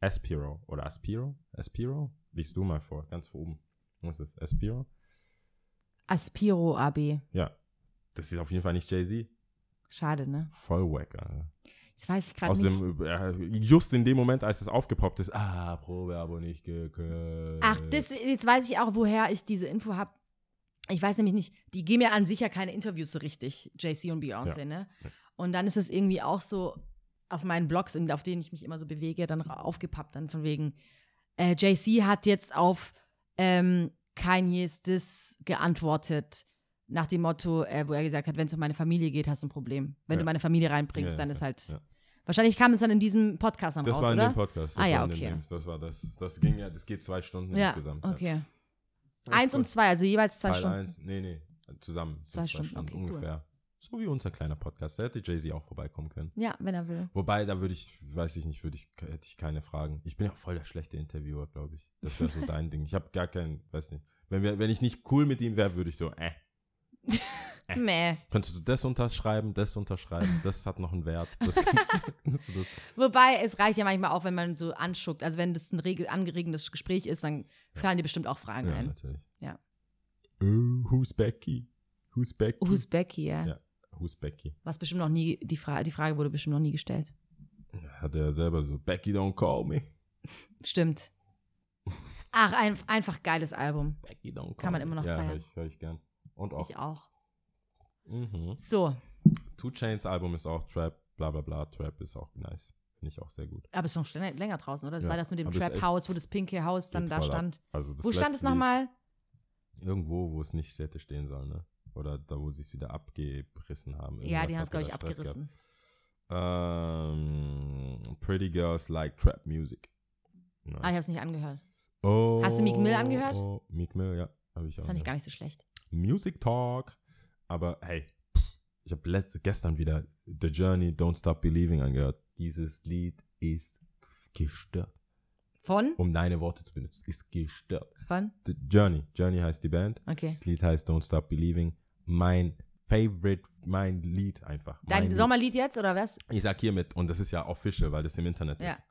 Aspiro. Oder Aspiro? Aspiro? Lies du mal vor, ganz oben. Was ist das? Aspiro? Aspiro AB. Ja. Das ist auf jeden Fall nicht Jay-Z. Schade, ne? Voll wack, Alter. Jetzt weiß ich gerade nicht. Außerdem, äh, just in dem Moment, als es aufgepoppt ist, ah, Probe aber nicht gekönnt. Ach, das, jetzt weiß ich auch, woher ich diese Info habe. Ich weiß nämlich nicht, die geben ja an sich ja keine Interviews so richtig, JC und Beyoncé, ne? Und dann ist es irgendwie auch so auf meinen Blogs, in- auf denen ich mich immer so bewege, dann ra- aufgepappt, dann von wegen, äh, JC hat jetzt auf ähm, Kanye's Diss geantwortet, nach dem Motto, äh, wo er gesagt hat, wenn es um meine Familie geht, hast du ein Problem. Wenn Ja. du meine Familie reinbringst, Ja, dann ja, ist halt. ja. Wahrscheinlich kam es dann in diesem Podcast dann Das raus, war in oder? dem Podcast. Das Ah, ja, war in dem okay. Dings, das war das. Das ging ja, das geht zwei Stunden ja, insgesamt. ja. okay. Eins und zwei, also jeweils zwei Teil Stunden. 1, nee, nee, zusammen. sind Zwei Stunden, okay, cool. ungefähr. So wie unser kleiner Podcast. Da hätte Jay-Z auch vorbeikommen können. Ja, wenn er will. Wobei, da würde ich, weiß ich nicht, würde ich, hätte ich keine Fragen. Ich bin ja voll der schlechte Interviewer, glaube ich. Das wäre so dein Ding. Ich habe gar keinen, weiß nicht. Wenn, wir, wenn ich nicht cool mit ihm wäre, würde ich so, äh, Meh. könntest du das unterschreiben, das unterschreiben, das hat noch einen Wert. Das, das, das, Wobei, es reicht ja manchmal auch, wenn man so anschuckt. Also wenn das ein rege- angeregendes Gespräch ist, dann fallen dir bestimmt auch Fragen ja, ein. natürlich. Ja. Oh, who's Becky? Who's Becky? Who's Becky, ja. Ja. who's Becky? Was bestimmt noch nie, die, Fra die Frage wurde bestimmt noch nie gestellt. Hat er selber so, Becky don't call me. Stimmt. Ach, ein, einfach geiles Album. Becky don't Kann man immer noch ja, feiern. Hör ich, hör ich gern. Und auch. Ich auch. Mhm. So, Two Chains Album ist auch Trap, bla bla bla. Trap ist auch nice. Finde ich auch sehr gut. aber es ist noch schnell- länger draußen, oder? Das Ja, war das mit dem aber ist Trap echt- House, wo das pinke Haus dann Geht da voll ab. stand. Also das Wo stand es letzte Lied nochmal? Irgendwo, wo es nicht hätte stehen sollen, ne? Oder da, wo sie es wieder abgerissen haben. Ja, die haben Irgendwas es, glaube hat ich, da Stress abgerissen. gehabt. Ähm, Pretty Girls Like Trap Music. Nice. Ah, ich habe es nicht angehört. oh, Hast du Meek Mill angehört? Oh, Meek Mill, ja. Habe ich auch. Das fand ich ja. gar nicht so schlecht. Music Talk. Aber hey, pff, ich habe letzte gestern wieder The Journey Don't Stop Believing angehört. Dieses Lied ist gestört. Von? Um deine Worte zu benutzen, ist gestört. Von? The Journey. Journey heißt die Band. Okay. Das Lied heißt Don't Stop Believing. Mein Favorite, mein Lied einfach. Dein mein Lied. Sommerlied jetzt, oder was? Ich sag hiermit, und das ist ja official, weil das im Internet Ja. ist.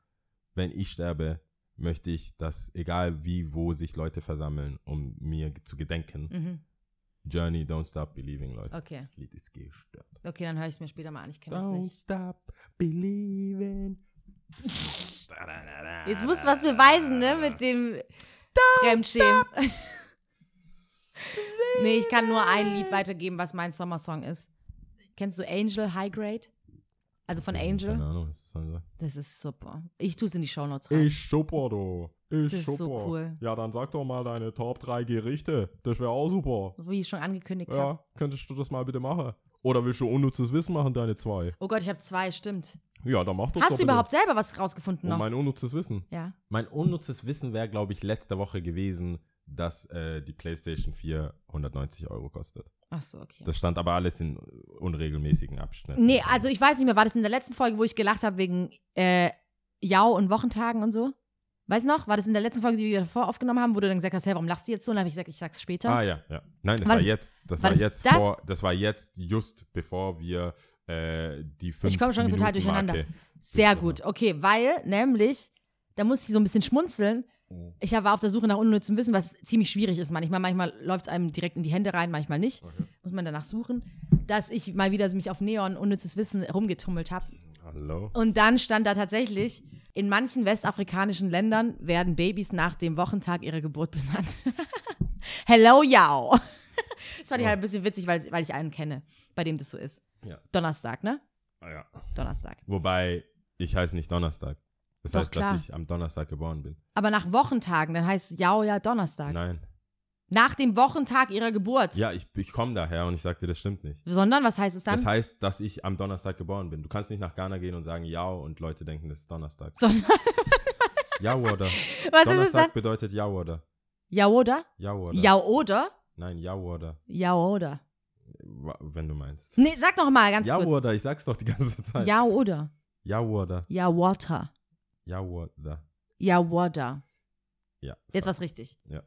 Wenn ich sterbe, möchte ich, dass egal wie, wo sich Leute versammeln, um mir zu gedenken. Mhm. Journey, Don't Stop Believing, Leute. Okay. Das Lied ist gestört. Okay, dann höre ich es mir später mal an. Ich kenne es Don't nicht. Stop Believing. Jetzt musst du was beweisen, ne? Mit dem Fremdschämen. nee, ich kann nur ein Lied weitergeben, was mein Sommersong ist. Kennst du Angel High Grade? Also von Keine Angel? Ahnung, was das sein soll. Das ist super. Ich tue es in die Shownotes rein. Ich super, du. Ich Ah. Das ist so super. cool. Ja, dann sag doch mal deine Top 3 Gerichte. Das wäre auch super. Wie ich schon angekündigt habe. Ja, könntest du das mal bitte machen? Oder willst du unnützes Wissen machen, deine zwei? Oh Gott, ich habe zwei, stimmt. Ja, dann mach das doch Hast du bitte. überhaupt selber was rausgefunden Und noch? mein unnützes Wissen. ja. Mein unnützes Wissen wäre, glaube ich, letzte Woche gewesen, dass äh, die PlayStation 4 190 Euro kostet. Ach so, okay. Das stand aber alles in unregelmäßigen Abschnitten. Nee, also ich weiß nicht mehr, war das in der letzten Folge, wo ich gelacht habe wegen äh, Jau und Wochentagen und so? Weißt du noch? War das in der letzten Folge, die wir davor aufgenommen haben, wo du dann gesagt hast, hey, warum lachst du jetzt so? Und dann habe ich gesagt, ich sag's später. Ah ja, ja. Nein, das War war, das- jetzt. Das war war, das jetzt das? vor, das war jetzt just bevor wir äh, die fünf Ich komme schon total Minuten durcheinander. Marke. Sehr gut. Okay, weil nämlich, da musste ich so ein bisschen schmunzeln. Ich war auf der Suche nach unnützem Wissen, was ziemlich schwierig ist manchmal. Manchmal läuft es einem direkt in die Hände rein, manchmal nicht. Muss man danach suchen. Dass ich mal wieder mich auf Neon unnützes Wissen rumgetummelt habe. Hallo? Und dann stand da tatsächlich, in manchen westafrikanischen Ländern werden Babys nach dem Wochentag ihrer Geburt benannt. Hello, Yao. Das fand ich halt ein bisschen witzig, weil, weil ich einen kenne, bei dem das so ist. Ja. Donnerstag, ne? Ah, ja. Donnerstag. Wobei, ich heiße nicht Donnerstag. Das Doch, heißt, klar. dass ich am Donnerstag geboren bin. Aber nach Wochentagen, dann heißt Yao ja Donnerstag. Nein. Nach dem Wochentag ihrer Geburt. Ja, ich, ich komme daher und ich sagte, das stimmt nicht. Sondern, was heißt es dann? Das heißt, dass ich am Donnerstag geboren bin. Du kannst nicht nach Ghana gehen und sagen, ja, und Leute denken, das ist Donnerstag. Sondern, Ja, oder? was ist es dann? Donnerstag bedeutet ja, oder? Yao oder? Ja, oder? Yao oder? Nein, ja, oder? Yao oder. Wa- Wenn du meinst. Nee, sag noch mal ganz Ja, kurz. oder? Ich sag's doch die ganze Zeit. Yao oder. Jawada. Jawada. Jawada. Jawada. Ja. Jetzt was richtig. Ja.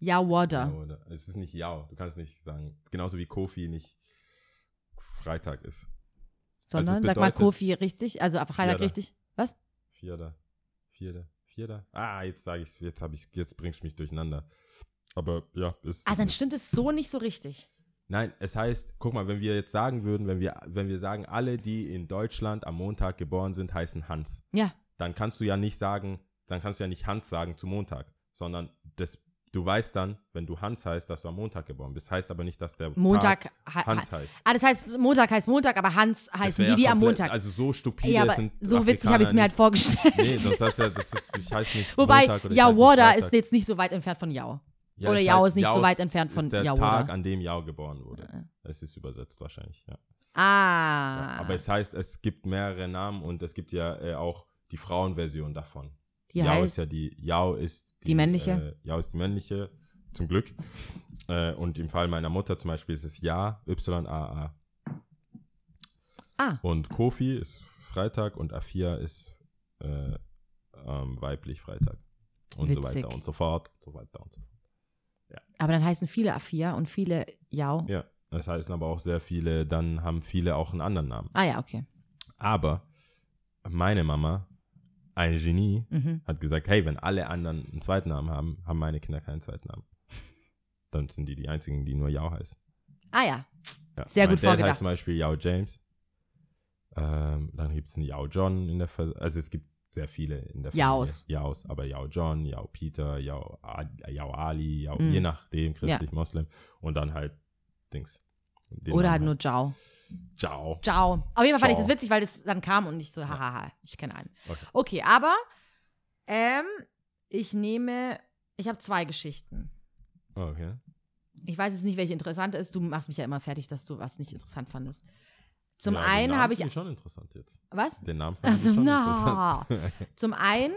Jawada. Jawada. Es ist nicht Jau. Du kannst nicht sagen. Genauso wie Kofi nicht Freitag ist. Sondern, Also sag ne? mal bedeutet- Kofi richtig, also einfach Freitag Jawada. richtig. Was? Vierter. Vierter. Vierter. Ah, jetzt sage ich Jetzt habe ich. Jetzt bringst du mich durcheinander. Aber ja, ist. Ah, dann stimmt es so nicht so richtig. Nein, es heißt, guck mal, wenn wir jetzt sagen würden, wenn wir, wenn wir sagen, alle, die in Deutschland am Montag geboren sind, heißen Hans, Ja. dann kannst du ja nicht sagen, dann kannst du ja nicht Hans sagen zu Montag, sondern das, du weißt dann, wenn du Hans heißt, dass du am Montag geboren bist. Heißt aber nicht, dass der Montag Tag ha- Hans heißt. Ah, das heißt, Montag heißt Montag, aber Hans Das heißen wär die, ja die am komplett- Montag. Also so stupide ja, aber sind so witzig habe ich es mir halt Afrikaner vorgestellt. nicht. Nee, sonst heißt ja, das ist, ich heiße nicht Wobei, Montag oder ich heiß nicht Jawada Freitag. ist jetzt nicht so weit entfernt von Jau. Ja, oder es Jau heißt- ist nicht so Jau weit entfernt von ist der Jau, Tag, oder? an dem Jau geboren wurde. Es ist übersetzt wahrscheinlich, ja. Ah. Aber es heißt, es gibt mehrere Namen und es gibt ja äh, auch die Frauenversion davon. Die Yao heißt- ist ja die, Yao ist die, Die männliche? Äh, Yao ist die männliche, zum Glück. Äh, und im Fall meiner Mutter zum Beispiel ist es Ja, Y-A-A. Ah. Und Kofi ist Freitag und Afia ist äh, ähm, weiblich Freitag. Und so Witzig. weiter und so fort. und So weiter und so fort. aber dann heißen viele Afia und viele Jau. Ja, das heißen aber auch sehr viele, dann haben viele auch einen anderen Namen. Ah ja, okay. Aber meine Mama, ein Genie, Mhm. hat gesagt, hey, wenn alle anderen einen Zweitnamen haben, haben meine Kinder keinen Zweitnamen. Dann sind die die einzigen, die nur Yao heißen. Ah ja. Ja. Sehr mein gut Dad vorgedacht. heißt zum Beispiel Yao James. Ähm, dann gibt es einen Yao John in der Vers Also es gibt sehr viele in der Yaos. Familie. Yaos. Aber Yao John, Yao Peter, Yao, Ad- Yao Ali, Yao, Mm. je nachdem, christlich, Moslem. Und dann halt Dings. Den Oder halt nur Namen Jau. Jao. Ciao. Auf jeden Fall fand ich das Ciao. witzig, weil das dann kam und ich so, hahaha, ich kenne einen. Okay, Okay. aber ähm, ich nehme, ich habe zwei Geschichten. Okay. Ich weiß jetzt nicht, welche interessant ist. Du machst mich ja immer fertig, dass du was nicht interessant fandest. Zum Ja, den einen Namen habe ich. finde schon interessant jetzt. Was? Den Namen fand Also, ich schon interessant. na. Zum einen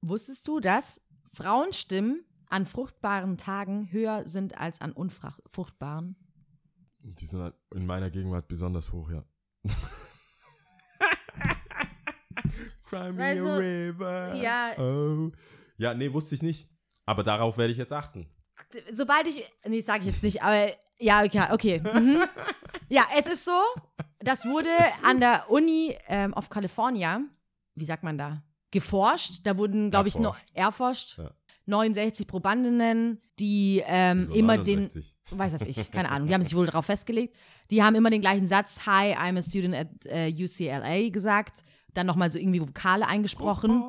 wusstest du, dass Frauenstimmen an fruchtbaren Tagen höher sind als an unfruchtbaren? Die sind halt in meiner Gegenwart besonders hoch, ja. Cry me Also, a river. ja. Oh. Ja, nee, wusste ich nicht. Aber darauf werde ich jetzt achten. sobald ich. Nee, sage ich jetzt nicht, aber ja, okay. okay. Mhm. Ja, es ist so, das wurde an der Uni ähm, of California, wie sagt man da, geforscht. Da wurden, glaube ich, noch erforscht. Ja. 69 Probandinnen, die ähm, So immer den 69. weiß was ich, keine Ahnung, die haben sich wohl darauf festgelegt. Die haben immer den gleichen Satz, Hi, I'm a student at äh, UCLA gesagt, dann nochmal so irgendwie Vokale eingesprochen.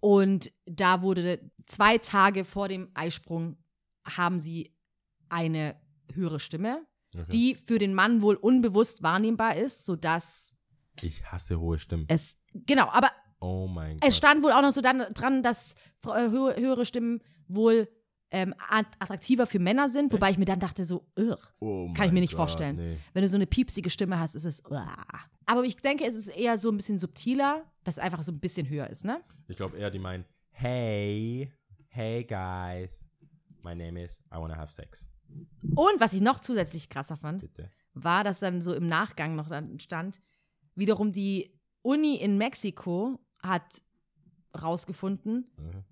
Und da wurde zwei Tage vor dem Eisprung haben sie eine höhere Stimme, Okay. die für den Mann wohl unbewusst wahrnehmbar ist, sodass Ich hasse hohe Stimmen. es, genau, aber Oh mein Gott. es stand wohl auch noch so dann, dran, dass äh, hö höhere Stimmen wohl ähm, at- attraktiver für Männer sind, wobei ich mir dann dachte so, irr. Kann Oh ich mein mir nicht Gott, vorstellen. nee. Wenn du so eine piepsige Stimme hast, ist es. uah. Aber ich denke, es ist eher so ein bisschen subtiler, dass es einfach so ein bisschen höher ist, ne? Ich glaube eher, die meinen, hey, hey guys, my name is, I wanna have sex. Und was ich noch zusätzlich krasser fand, Bitte. war, dass dann so im Nachgang noch dann stand, wiederum die Uni in Mexiko hat rausgefunden, Mhm.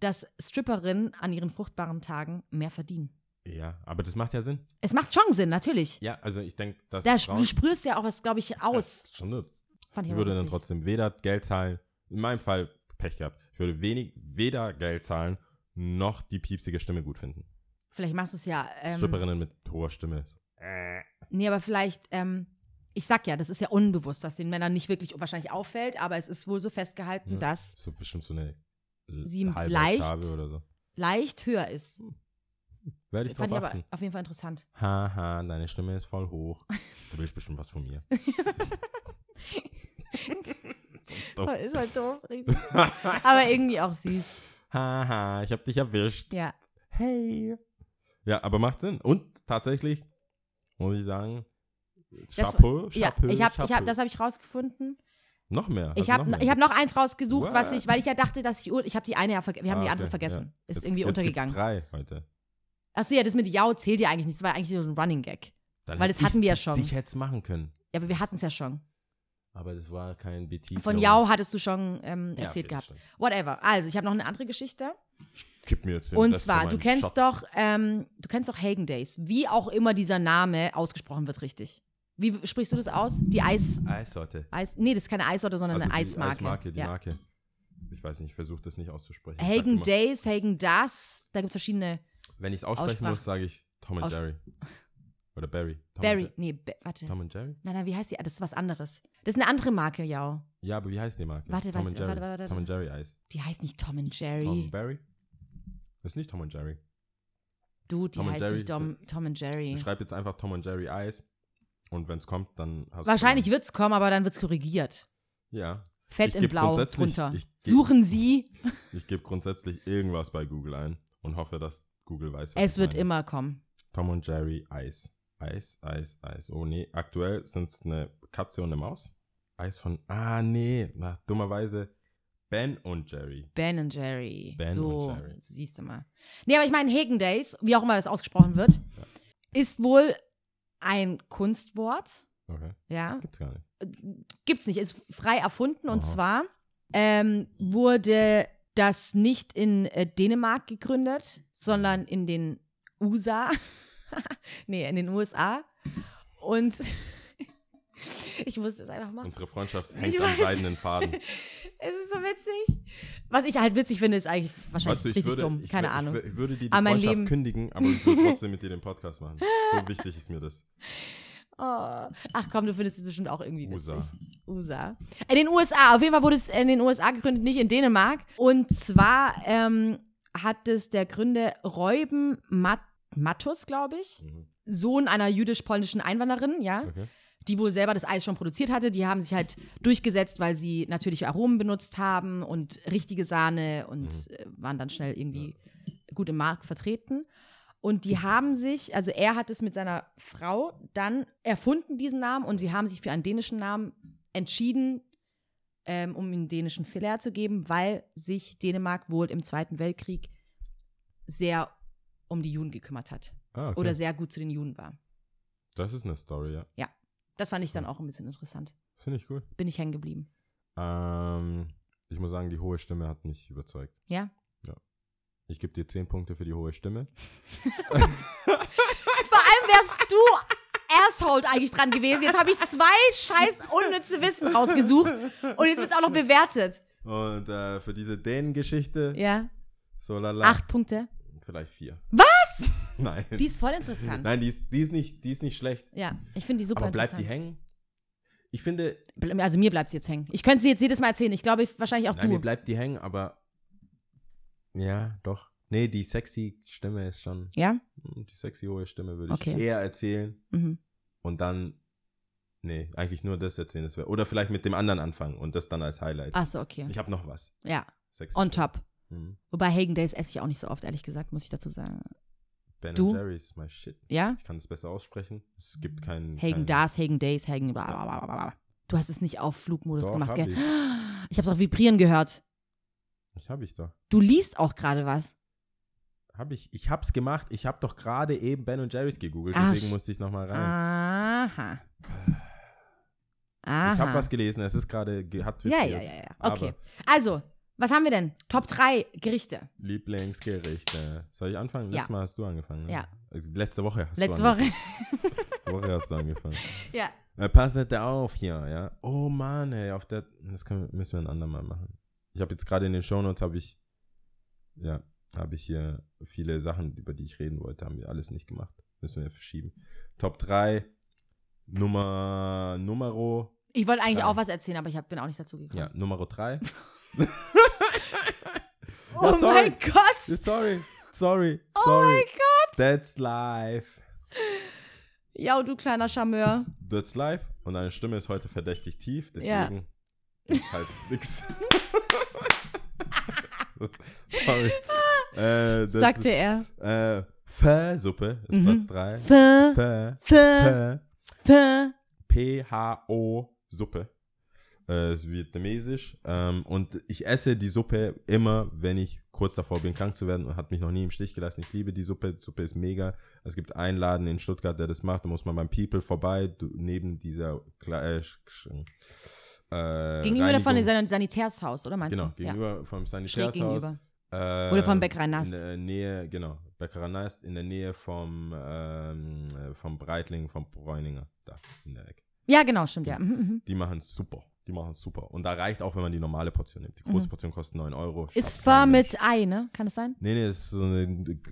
dass Stripperinnen an ihren fruchtbaren Tagen mehr verdienen. Ja, aber das macht ja Sinn. Es macht schon Sinn, natürlich. Ja, also ich denke, dass Da sp- Frauen- du sprühst ja auch was, glaube ich, aus. Ja, schon so. Fand ich Ich aber würde dann witzig. trotzdem weder Geld zahlen, in meinem Fall Pech gehabt, ich würde wenig, weder Geld zahlen, noch die piepsige Stimme gut finden. Vielleicht machst du es ja. Ähm, Stripperinnen mit hoher Stimme. So, äh, Nee, aber vielleicht, ähm, ich sag ja, das ist ja unbewusst, dass den Männern nicht wirklich wahrscheinlich auffällt, aber es ist wohl so festgehalten, Ja. dass so bestimmt so eine l- Sie halbe leicht- Oktave oder so. leicht höher ist. Werde ich Fand drauf ich aber achten. auf jeden Fall interessant. Haha, deine Stimme ist voll hoch. Du willst bestimmt was von mir. Doof. Ist halt doof, richtig. aber irgendwie auch süß. Haha, ich hab dich erwischt. Ja. Hey. Ja, aber macht Sinn. Und tatsächlich, muss ich sagen, Das- Chapeau, ja, Chapeau, ich hab, ich hab, Chapeau. das habe ich rausgefunden. noch mehr. Ich hast du habe noch ich mehr? hab noch eins rausgesucht, was What? ich, weil ich ja dachte, dass ich, ur- ich habe die eine ja vergessen, wir haben Ah, die okay, andere ja. vergessen. Ist Jetzt- irgendwie jetzt untergegangen. Gibt's drei heute. Achso, ja, das mit Jau zählt ja eigentlich nicht, das war eigentlich so ein Running Gag. Dann Weil hätt das hatten ich wir ja dich- schon. Dich hätte es machen können. Ja, aber wir hatten es ja schon. aber es war kein BT. Von Yao hattest du schon ähm, erzählt okay, gehabt. stimmt. Whatever. Also, ich habe noch eine andere Geschichte. Gib mir jetzt den Und Rest von zwar, du meinem kennst Shot. doch, ähm, du kennst doch Hagen Days. Wie auch immer dieser Name ausgesprochen wird, richtig. Wie sprichst du das aus? Die Eis, Eissorte. Eis, nee, das ist keine Eissorte, sondern eine Also die Eismarke. Eismarke, die ja. Marke. Ich weiß nicht, ich versuche das nicht auszusprechen. Ich sag Hagen immer, Days, Hagen Das, da gibt es verschiedene. Wenn ich es aussprechen Aussprache. muss, sage ich Tom and Aus- Jerry. Oder Barry. Tom Barry, And nee, Be warte. Jer- Tom and Jerry? Nein, nein, wie heißt die? Ah, Das ist was anderes. Das ist eine andere Marke, ja. Ja, aber wie heißt die Marke? Warte, Tom warte, and Jerry. warte, warte, warte. Tom and Jerry Eis. Die heißt nicht Tom and Jerry. Tom and Barry? Das ist nicht Tom and Jerry. du, die Tom and heißt Jerry nicht Tom, Tom and Jerry. Ich schreibe jetzt einfach Tom and Jerry Eis. Und wenn es kommt, dann hast du Wahrscheinlich wird's kommen, aber dann wird's korrigiert. Ja. Fett Ich in geb Blau grundsätzlich- drunter. ich geb- Suchen Sie, Ich gebe grundsätzlich irgendwas bei Google ein und hoffe, dass Google weiß, was es ich wird meine. immer kommen. Tom und Jerry Eis. Eis, Eis, Eis. Oh nee, aktuell sind es eine Katze und eine Maus. Eis von. Ah nee, na, dummerweise Ben und Jerry. Ben and Jerry. Ben so, und Jerry. siehst du mal. Nee, aber ich meine, Hagen Days, wie auch immer das ausgesprochen wird, ist wohl ein Kunstwort. Okay, Ja, gibt's gar nicht. gibt's nicht, ist frei erfunden. Und Aha. zwar ähm, wurde das nicht in äh, Dänemark gegründet, sondern in den USA. nee, in den USA. Und ich musste es einfach machen. Unsere Freundschaft hängt Ich am weiß. seidenen Faden. Es ist so witzig. Was ich halt witzig finde, ist eigentlich wahrscheinlich Weißt du, ich richtig würde, dumm. ich, Keine wür- Ahnung. Ich, wür- ich würde dir die Aber mein Freundschaft Leben- kündigen, aber ich würde trotzdem mit dir den Podcast machen. So wichtig ist mir das. Oh. Ach komm, du findest es bestimmt auch irgendwie USA. USA. USA. In den USA. Auf jeden Fall wurde es in den USA gegründet, nicht in Dänemark. Und zwar ähm, hat es der Gründer Reuben Mat Mattus, glaube ich, Mhm. Sohn einer jüdisch-polnischen Einwanderin, ja, Okay. die wohl selber das Eis schon produziert hatte. Die haben sich halt durchgesetzt, weil sie natürlich Aromen benutzt haben und richtige Sahne und äh, waren dann schnell irgendwie gut im Markt vertreten. Und die haben sich, also er hat es mit seiner Frau dann erfunden, diesen Namen, und sie haben sich für einen dänischen Namen entschieden, ähm, um ihm dänischen Flair zu geben, weil sich Dänemark wohl im Zweiten Weltkrieg sehr um die Juden gekümmert hat Ah, okay. oder sehr gut zu den Juden war. das ist eine Story, ja. Das fand ich dann auch ein bisschen interessant. Finde ich cool. Bin ich hängen geblieben. Ähm, ich muss sagen, die hohe Stimme hat mich überzeugt. Ja? Ich gebe dir 10 Punkte für die hohe Stimme. Vor allem wärst du Asshole eigentlich dran gewesen. Jetzt habe ich zwei scheiß unnütze Wissen rausgesucht und jetzt wird es auch noch bewertet. Und äh, für diese Dänen-Geschichte, Ja. so lala, Acht Punkte. vielleicht vier. Was? Nein. Die ist voll interessant. Nein, die ist, die ist, nicht, die ist nicht schlecht. Ja, ich finde die super aber bleibt die interessant. hängen? Ich finde, Ble- Also mir bleibt sie jetzt hängen. Ich könnte sie jetzt jedes Mal erzählen. Ich glaube ich- wahrscheinlich auch nein, mir du. bleibt die hängen, aber ja, doch. Nee, die sexy Stimme ist schon, hm, Ja? die sexy hohe Stimme würde ich Okay. eher erzählen Mhm. und dann, nee, eigentlich nur das erzählen. Das wär, oder vielleicht mit dem anderen anfangen und das dann als Highlight. Ach so, okay. Ich habe noch was. Ja, Sexy on Stimme. top. Mhm. Wobei Hagen Days esse ich auch nicht so oft, ehrlich gesagt, muss ich dazu sagen. Ben Du? Jerry's, my shit. Ja? Ich kann es besser aussprechen. Es gibt keinen. Hagen keinen- Das, Hagen Days, Hagen bla bla bla bla. bla. Du hast es nicht auf Flugmodus Doch, gemacht, hab gell? ich. Ich habe es auch vibrieren gehört. Ich habe ich doch. Du liest auch gerade was. Hab ich. Ich hab's gemacht. Ich habe doch gerade eben Ben und Jerry's gegoogelt. Ah, deswegen sch- musste ich nochmal rein. Aha. Aha. Ich habe was gelesen. Es ist gerade. ge- Hat ja, ja, vibriert. ja, ja. Okay. Aber Also, was haben wir denn? Top 3 Gerichte. Lieblingsgerichte. Soll ich anfangen? Ja. Letztes Mal hast du angefangen. ne? Ja. Also letzte Woche hast Letzte du angefangen. Woche. Letzte Woche hast du angefangen. ja. Äh, Pass nicht auf hier, ja. Oh Mann, ey, auf der. Das können, müssen wir ein andermal machen. Ich habe jetzt gerade in den Shownotes habe ich. Ja, habe ich hier viele Sachen, über die ich reden wollte, haben wir alles nicht gemacht. Müssen wir verschieben. Top 3, Nummer Numero. Ich wollte eigentlich Ja. auch was erzählen, aber ich hab, bin auch nicht dazu gekommen. Ja, Numero 3. Oh sorry. mein Gott! Sorry, sorry, sorry. Oh mein Gott! That's life. Ja, du kleiner Charmeur. That's life. Und deine Stimme ist heute verdächtig tief, Ja. deswegen ist halt nix. Sorry. Äh, das sagte er. ist, äh, Pho-Suppe ist Platz 3. Pö, Pho. pö, Pho. pö. P-H-O-Suppe. äh, ist vietnamesisch. Ähm, und ich esse die Suppe immer, wenn ich kurz davor bin, krank zu werden und hat mich noch nie im Stich gelassen. Ich liebe die Suppe, die Suppe ist mega. Es gibt einen Laden in Stuttgart, der das macht. Da muss man beim People vorbei, du, neben dieser Kle äh, äh, Gegenüber davon Reinigung. ist ein Sanitärshaus, oder meinst Genau, du? gegenüber vom Schräg Sanitärshaus. gegenüber. Ähm, Oder vom Bäckerei Nast. In der Nähe, genau, Bäckerei Nast, in der Nähe vom, ähm, äh, vom Breitling, vom Bräuninger, da in der Ecke. Ja, genau, stimmt, ja. Mhm, mhm. Die machen super, die machen super. Und da reicht auch, wenn man die normale Portion nimmt. Die große Portion kostet 9 Euro. Mhm. Ist Schafft Pho kein Mensch. mit Ei, ne? Kann es sein? Nee, nee, ist so eine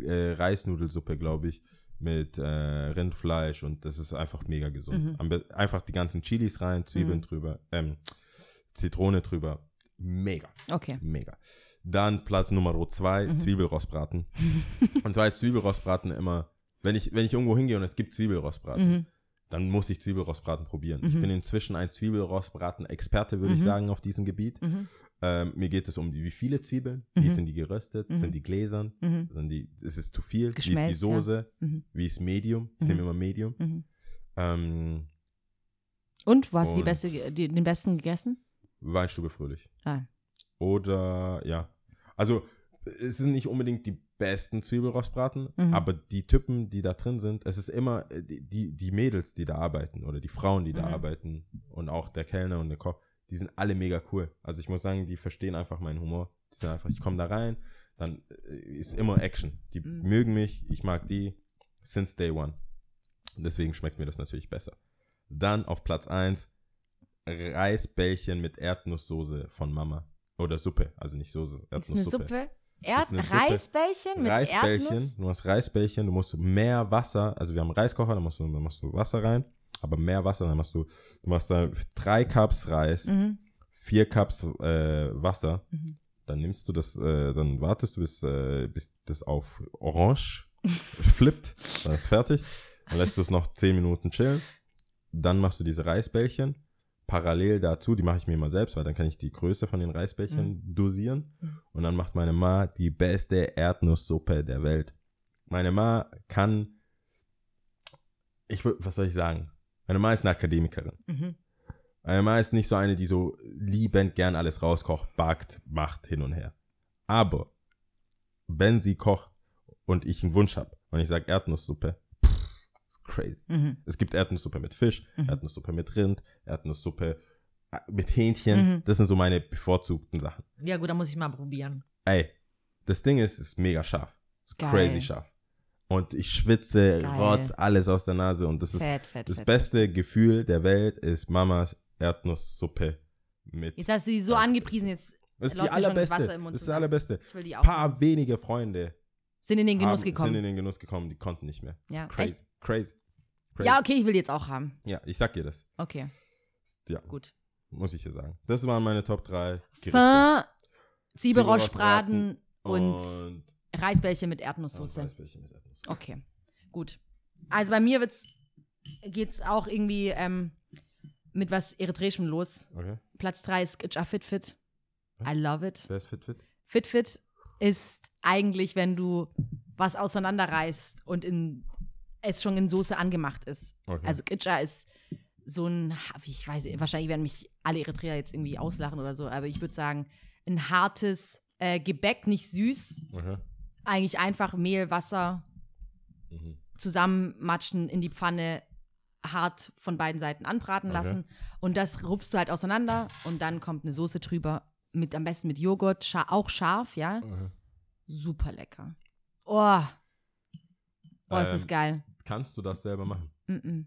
äh, Reisnudelsuppe, glaube ich, mit äh, Rindfleisch und das ist einfach mega gesund. Mhm. Am be- Einfach die ganzen Chilis rein, Zwiebeln drüber, ähm, Zitrone drüber. Mega. Okay. Mega. Dann Platz Nummer zwei, Mhm. Zwiebelrostbraten. und zwar ist Zwiebelrostbraten immer, wenn ich, wenn ich irgendwo hingehe und es gibt Zwiebelrostbraten, Mhm, dann muss ich Zwiebelrostbraten probieren. Ich bin inzwischen ein Zwiebelrostbraten-Experte, würde ich Mhm. sagen, auf diesem Gebiet. Ähm, mir geht es um die, wie viele Zwiebeln, Mhm. wie sind die geröstet, sind die gläsern, sind die, ist es zu viel, wie ist die Geschmelzt, ja. Mhm. Soße, wie ist Medium, ich nehme immer Medium. Ähm, Und, wo hast du die Und- beste, ge- die, den besten gegessen? Weinstube fröhlich. Ah. Oder ja. Also es sind nicht unbedingt die besten Zwiebelrostbraten, aber die Typen, die da drin sind, es ist immer äh, die, die, die Mädels, die da arbeiten oder die Frauen, die da arbeiten und auch der Kellner und der Koch, die sind alle mega cool. Also ich muss sagen, die verstehen einfach meinen Humor. Die sind einfach, ich komme da rein, dann äh, ist immer Action. Die mögen mich, ich mag die since day one. Und deswegen schmeckt mir das natürlich besser. Dann auf Platz 1 Reisbällchen mit Erdnusssoße von Mama. Oder Suppe, also nicht Soße, Ist eine Erdnusssuppe. Suppe? Erd Ist eine Suppe. Reisbällchen mit Reisbällchen, Erdnuss? du hast Reisbällchen, du musst mehr Wasser, also wir haben einen Reiskocher, da machst du, da machst du Wasser rein, aber mehr Wasser, dann machst du, du machst da drei Cups Reis, Mhm, vier Cups äh, Wasser, dann nimmst du das, äh, dann wartest du, bis, äh, bis das auf orange flippt, dann ist fertig, dann lässt du es noch zehn Minuten chillen, dann machst du diese Reisbällchen, parallel dazu, die mache ich mir immer selbst, weil dann kann ich die Größe von den Reisbällchen dosieren. Und dann macht meine Ma die beste Erdnusssuppe der Welt. Meine Ma kann, ich wür- was soll ich sagen? Meine Ma ist eine Akademikerin. mhm, Meine Ma ist nicht so eine, die so liebend gern alles rauskocht, backt, macht hin und her. Aber wenn sie kocht und ich einen Wunsch habe und ich sage Erdnusssuppe, pff, ist crazy. mhm. Es gibt Erdnusssuppe mit Fisch, Erdnusssuppe mit Rind, Erdnusssuppe äh, mit Mhm. Hähnchen. Das sind so meine bevorzugten Sachen. Ja, gut, dann muss ich mal probieren. Ey, das Ding ist, es ist mega scharf. Ist Geil. crazy scharf. Und ich schwitze, Geil. rotz alles aus der Nase. Und das ist Fett, fett, das fett. beste Gefühl der Welt ist Mamas Erdnusssuppe mit. Jetzt hast du die so Reisbällchen. angepriesen, jetzt Das ist läuft mir die schon das allerbeste. Wasser im Mund Das ist die zusammen. allerbeste. ich will die auch. Paar wenige Freunde sind in den Genuss haben, sind gekommen. in den Genuss gekommen, die konnten nicht mehr. Ja, Crazy. echt? Crazy. Crazy. Ja, okay, ich will die jetzt auch haben. ja, ich sag dir das. Okay, Ja. gut. muss ich hier sagen. Das waren meine Top 3 Gerichte. Fin, Zwiebelrostbraten und, und Reisbällchen mit Erdnusssoße. Reisbällchen mit Erdnusssoße. Okay, gut. Also bei mir wird's, geht's auch irgendwie ähm, mit was Eritreischem los. Okay. Platz 3 ist Skitcha Fitfit. I love it. Wer ist fit, fit? Fitfit ist eigentlich, wenn du was auseinanderreißt und in, es schon in Soße angemacht ist. Okay. Also Kitscha ist so ein, ha- wie ich weiß, wahrscheinlich werden mich alle Eritreer jetzt irgendwie auslachen oder so, aber ich würde sagen, ein hartes äh, Gebäck, nicht süß, Okay. eigentlich einfach Mehl, Wasser Mhm. zusammenmatschen, in die Pfanne hart von beiden Seiten anbraten Okay. lassen. Und das rupfst du halt auseinander und dann kommt eine Soße drüber, mit, am besten mit Joghurt, scha auch scharf, ja. Okay. Super lecker. Oh, oh ist das Ähm, geil. Kannst du das selber machen? Mm-mm.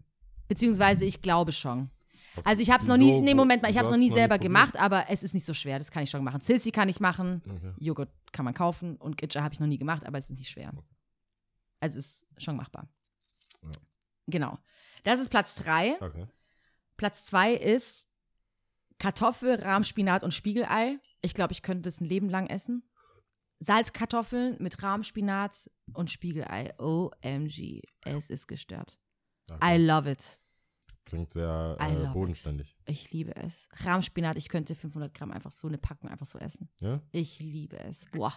Beziehungsweise ich glaube schon. Hast Also ich du- habe es noch nie, Wieso? nee, Wo- Moment mal, ich wieso habe es hast noch du nie selber probiert? gemacht, aber es ist nicht so schwer, das kann ich schon machen. Silzi kann ich machen, Okay. Joghurt kann man kaufen und Kitscher habe ich noch nie gemacht, aber es ist nicht schwer. Also es ist schon machbar. Ja. Genau. Das ist Platz 3. Okay. Platz 2 ist Kartoffel, Rahmspinat und Spiegelei. Ich glaube, ich könnte das ein Leben lang essen. Salzkartoffeln mit Rahmspinat und Spiegelei. OMG, es ist gestört. I okay. love it. Klingt sehr I love äh, it. bodenständig. Ich liebe es. Rahmspinat, ich könnte 500 Gramm einfach so eine Packung einfach so essen. Ja? Ich liebe es. Boah.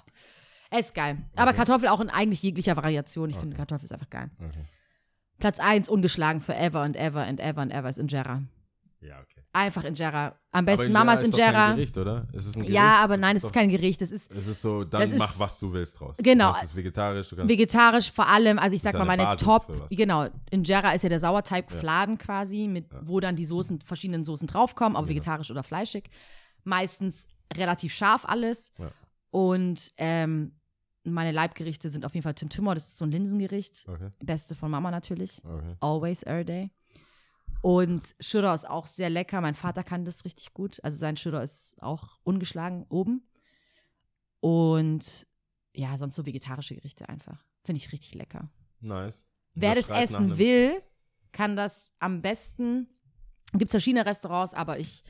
Es ist geil. Aber Kartoffel auch in eigentlich jeglicher Variation. Ich finde, Kartoffel ist einfach geil. Okay. Platz 1 ungeschlagen forever and ever and ever and ever ist Injera. Ja, okay. Einfach Injera. Am Aber besten Mamas ist doch kein Injera. Gericht, oder? Es ist ein Gericht. Ja, aber nein, es ist ist doch- kein Gericht. Es ist Es ist so, dann Das ist- mach, was du willst draus. Genau. Es ist vegetarisch, du kannst vegetarisch vor allem. Also ich sag ja mal, eine meine Basis Top, für was. genau, Injera ist ja der Sauerteig Fladen quasi, mit, wo dann die Soßen, verschiedenen Soßen draufkommen, Genau. ob vegetarisch oder fleischig. Meistens relativ scharf alles. Ja. Und ähm, meine Leibgerichte sind auf jeden Fall Tim Tümmer, das ist so ein Linsengericht. Okay, Beste von Mama natürlich. okay. Always, every day. Und Schirra ist auch sehr lecker. Mein Vater kann das richtig gut. Also sein Schirra ist auch ungeschlagen oben. Und ja, sonst so vegetarische Gerichte einfach. Finde ich richtig lecker. Nice. Wer das schreit nach essen einem- will, kann das am besten. Gibt es verschiedene Restaurants, aber ich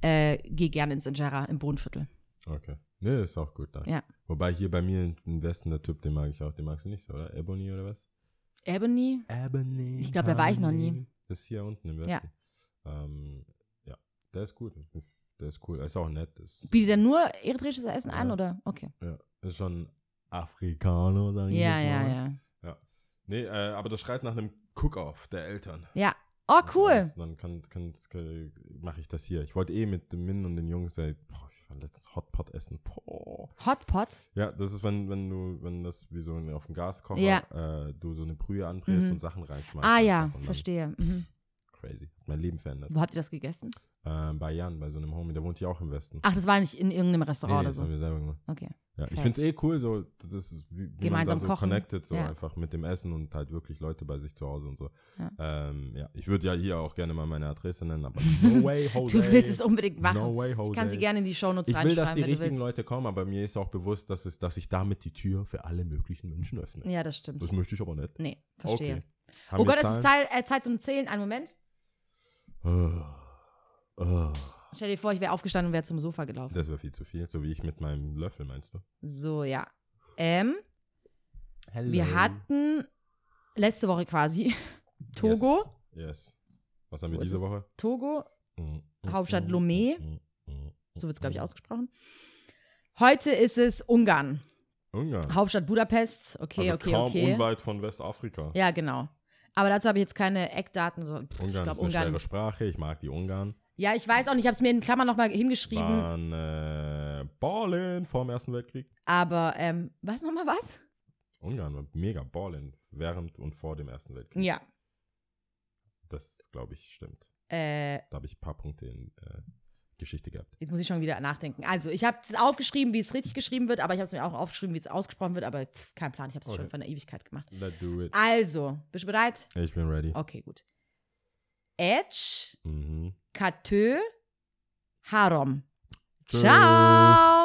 äh, gehe gerne ins Injera im Bodenviertel. Okay. Nee, ist auch gut dann. Ja. Wobei hier bei mir im Westen der Typ, den mag ich auch, den magst du nicht so, oder? Ebony oder was? Ebony? Ebony. Ich glaub, da war ich noch nie. Das ist hier unten im Ja. Westen. Ja. Ähm, ja, der ist gut. Der ist cool. Er ist auch nett. Ist, Bietet er nur eritreisches Essen an, Ja. oder? Okay. ja, ist schon Afrikaner, sagen wir Ja, jetzt mal. ja, ja. Nee, äh, aber das schreit nach einem Cook-Off der Eltern. Ja. Oh, cool. Das- Dann kann, kann, kann, mache ich das hier. Ich wollte eh mit dem Min und den Jungs seit, boah, ich war letztens Hotpot essen. Boah. Hotpot? Ja, das ist, wenn, wenn du, wenn das wie so ein- auf dem Gaskocher, äh, du so eine Brühe anbrätst Mhm. und Sachen reinschmeißt. Ah einfach ja, und dann- verstehe. Mhm. Crazy. Hat mein Leben verändert. Wo habt ihr das gegessen? Äh, bei Jan, bei so einem Homie, der wohnt hier auch im Westen. Ach, das war nicht in irgendeinem Restaurant das haben oder so. wir selber gemacht. Okay. Ja, ich Fett. find's eh cool, so, das ist, wie, wie man da Gemeinsam so kochen. connected, so Ja. einfach mit dem Essen und halt wirklich Leute bei sich zu Hause und so. Ja. Ähm, ja. Ich würde ja hier auch gerne mal meine Adresse nennen, aber no way, Jose. Du willst es unbedingt machen. No way, Jose. ich kann sie gerne in die Shownotes Ich will, dass reinschreiben, wenn die du richtigen willst. Leute kommen, aber mir ist auch bewusst, dass, es, dass ich damit die Tür für alle möglichen Menschen öffne. Ja, das stimmt. Das möchte ich aber nicht. Nee, verstehe. Okay. Haben Oh wir Gott, es ist Zahlen? Zeit, äh, Zeit zum Zählen. Einen Moment. Oh, Stell dir vor, ich wäre aufgestanden und wäre zum Sofa gelaufen. das wäre viel zu viel, so wie ich mit meinem Löffel, meinst du? So, ja. Ähm, Hello. wir hatten letzte Woche quasi Togo. Yes. Was haben wir Wo ist diese es? Woche? Togo, Mm, mm, Hauptstadt mm, Lomé. mm, mm, so wird es, glaube ich, mm. ausgesprochen. Heute ist es Ungarn. Ungarn. Hauptstadt Budapest. Okay, also okay, kaum okay. unweit von Westafrika. Ja, genau. Aber dazu habe ich jetzt keine Eckdaten. So, pff, ich Ungarn ist glaube, eine Ungarn. schwere Sprache. Ich mag die Ungarn. Ja, ich weiß auch nicht, ich habe es mir in Klammern nochmal hingeschrieben. Waren äh, Ballen vor dem Ersten Weltkrieg. Aber, ähm, was nochmal was? Ungarn war mega Ballen während und vor dem Ersten Weltkrieg. Ja. Das, glaube ich, stimmt. Äh, Da habe ich ein paar Punkte in äh, Geschichte gehabt. jetzt muss ich schon wieder nachdenken. Also, ich habe es aufgeschrieben, wie es richtig geschrieben wird, aber ich habe es mir auch aufgeschrieben, wie es ausgesprochen wird, aber pff, kein Plan, ich habe es Okay. schon von der Ewigkeit gemacht. Let's do it. Also, bist du bereit? Ich bin ready. Okay, gut. Edge, Mhm. Oh. Katö, Harom. Tschüss. Ciao!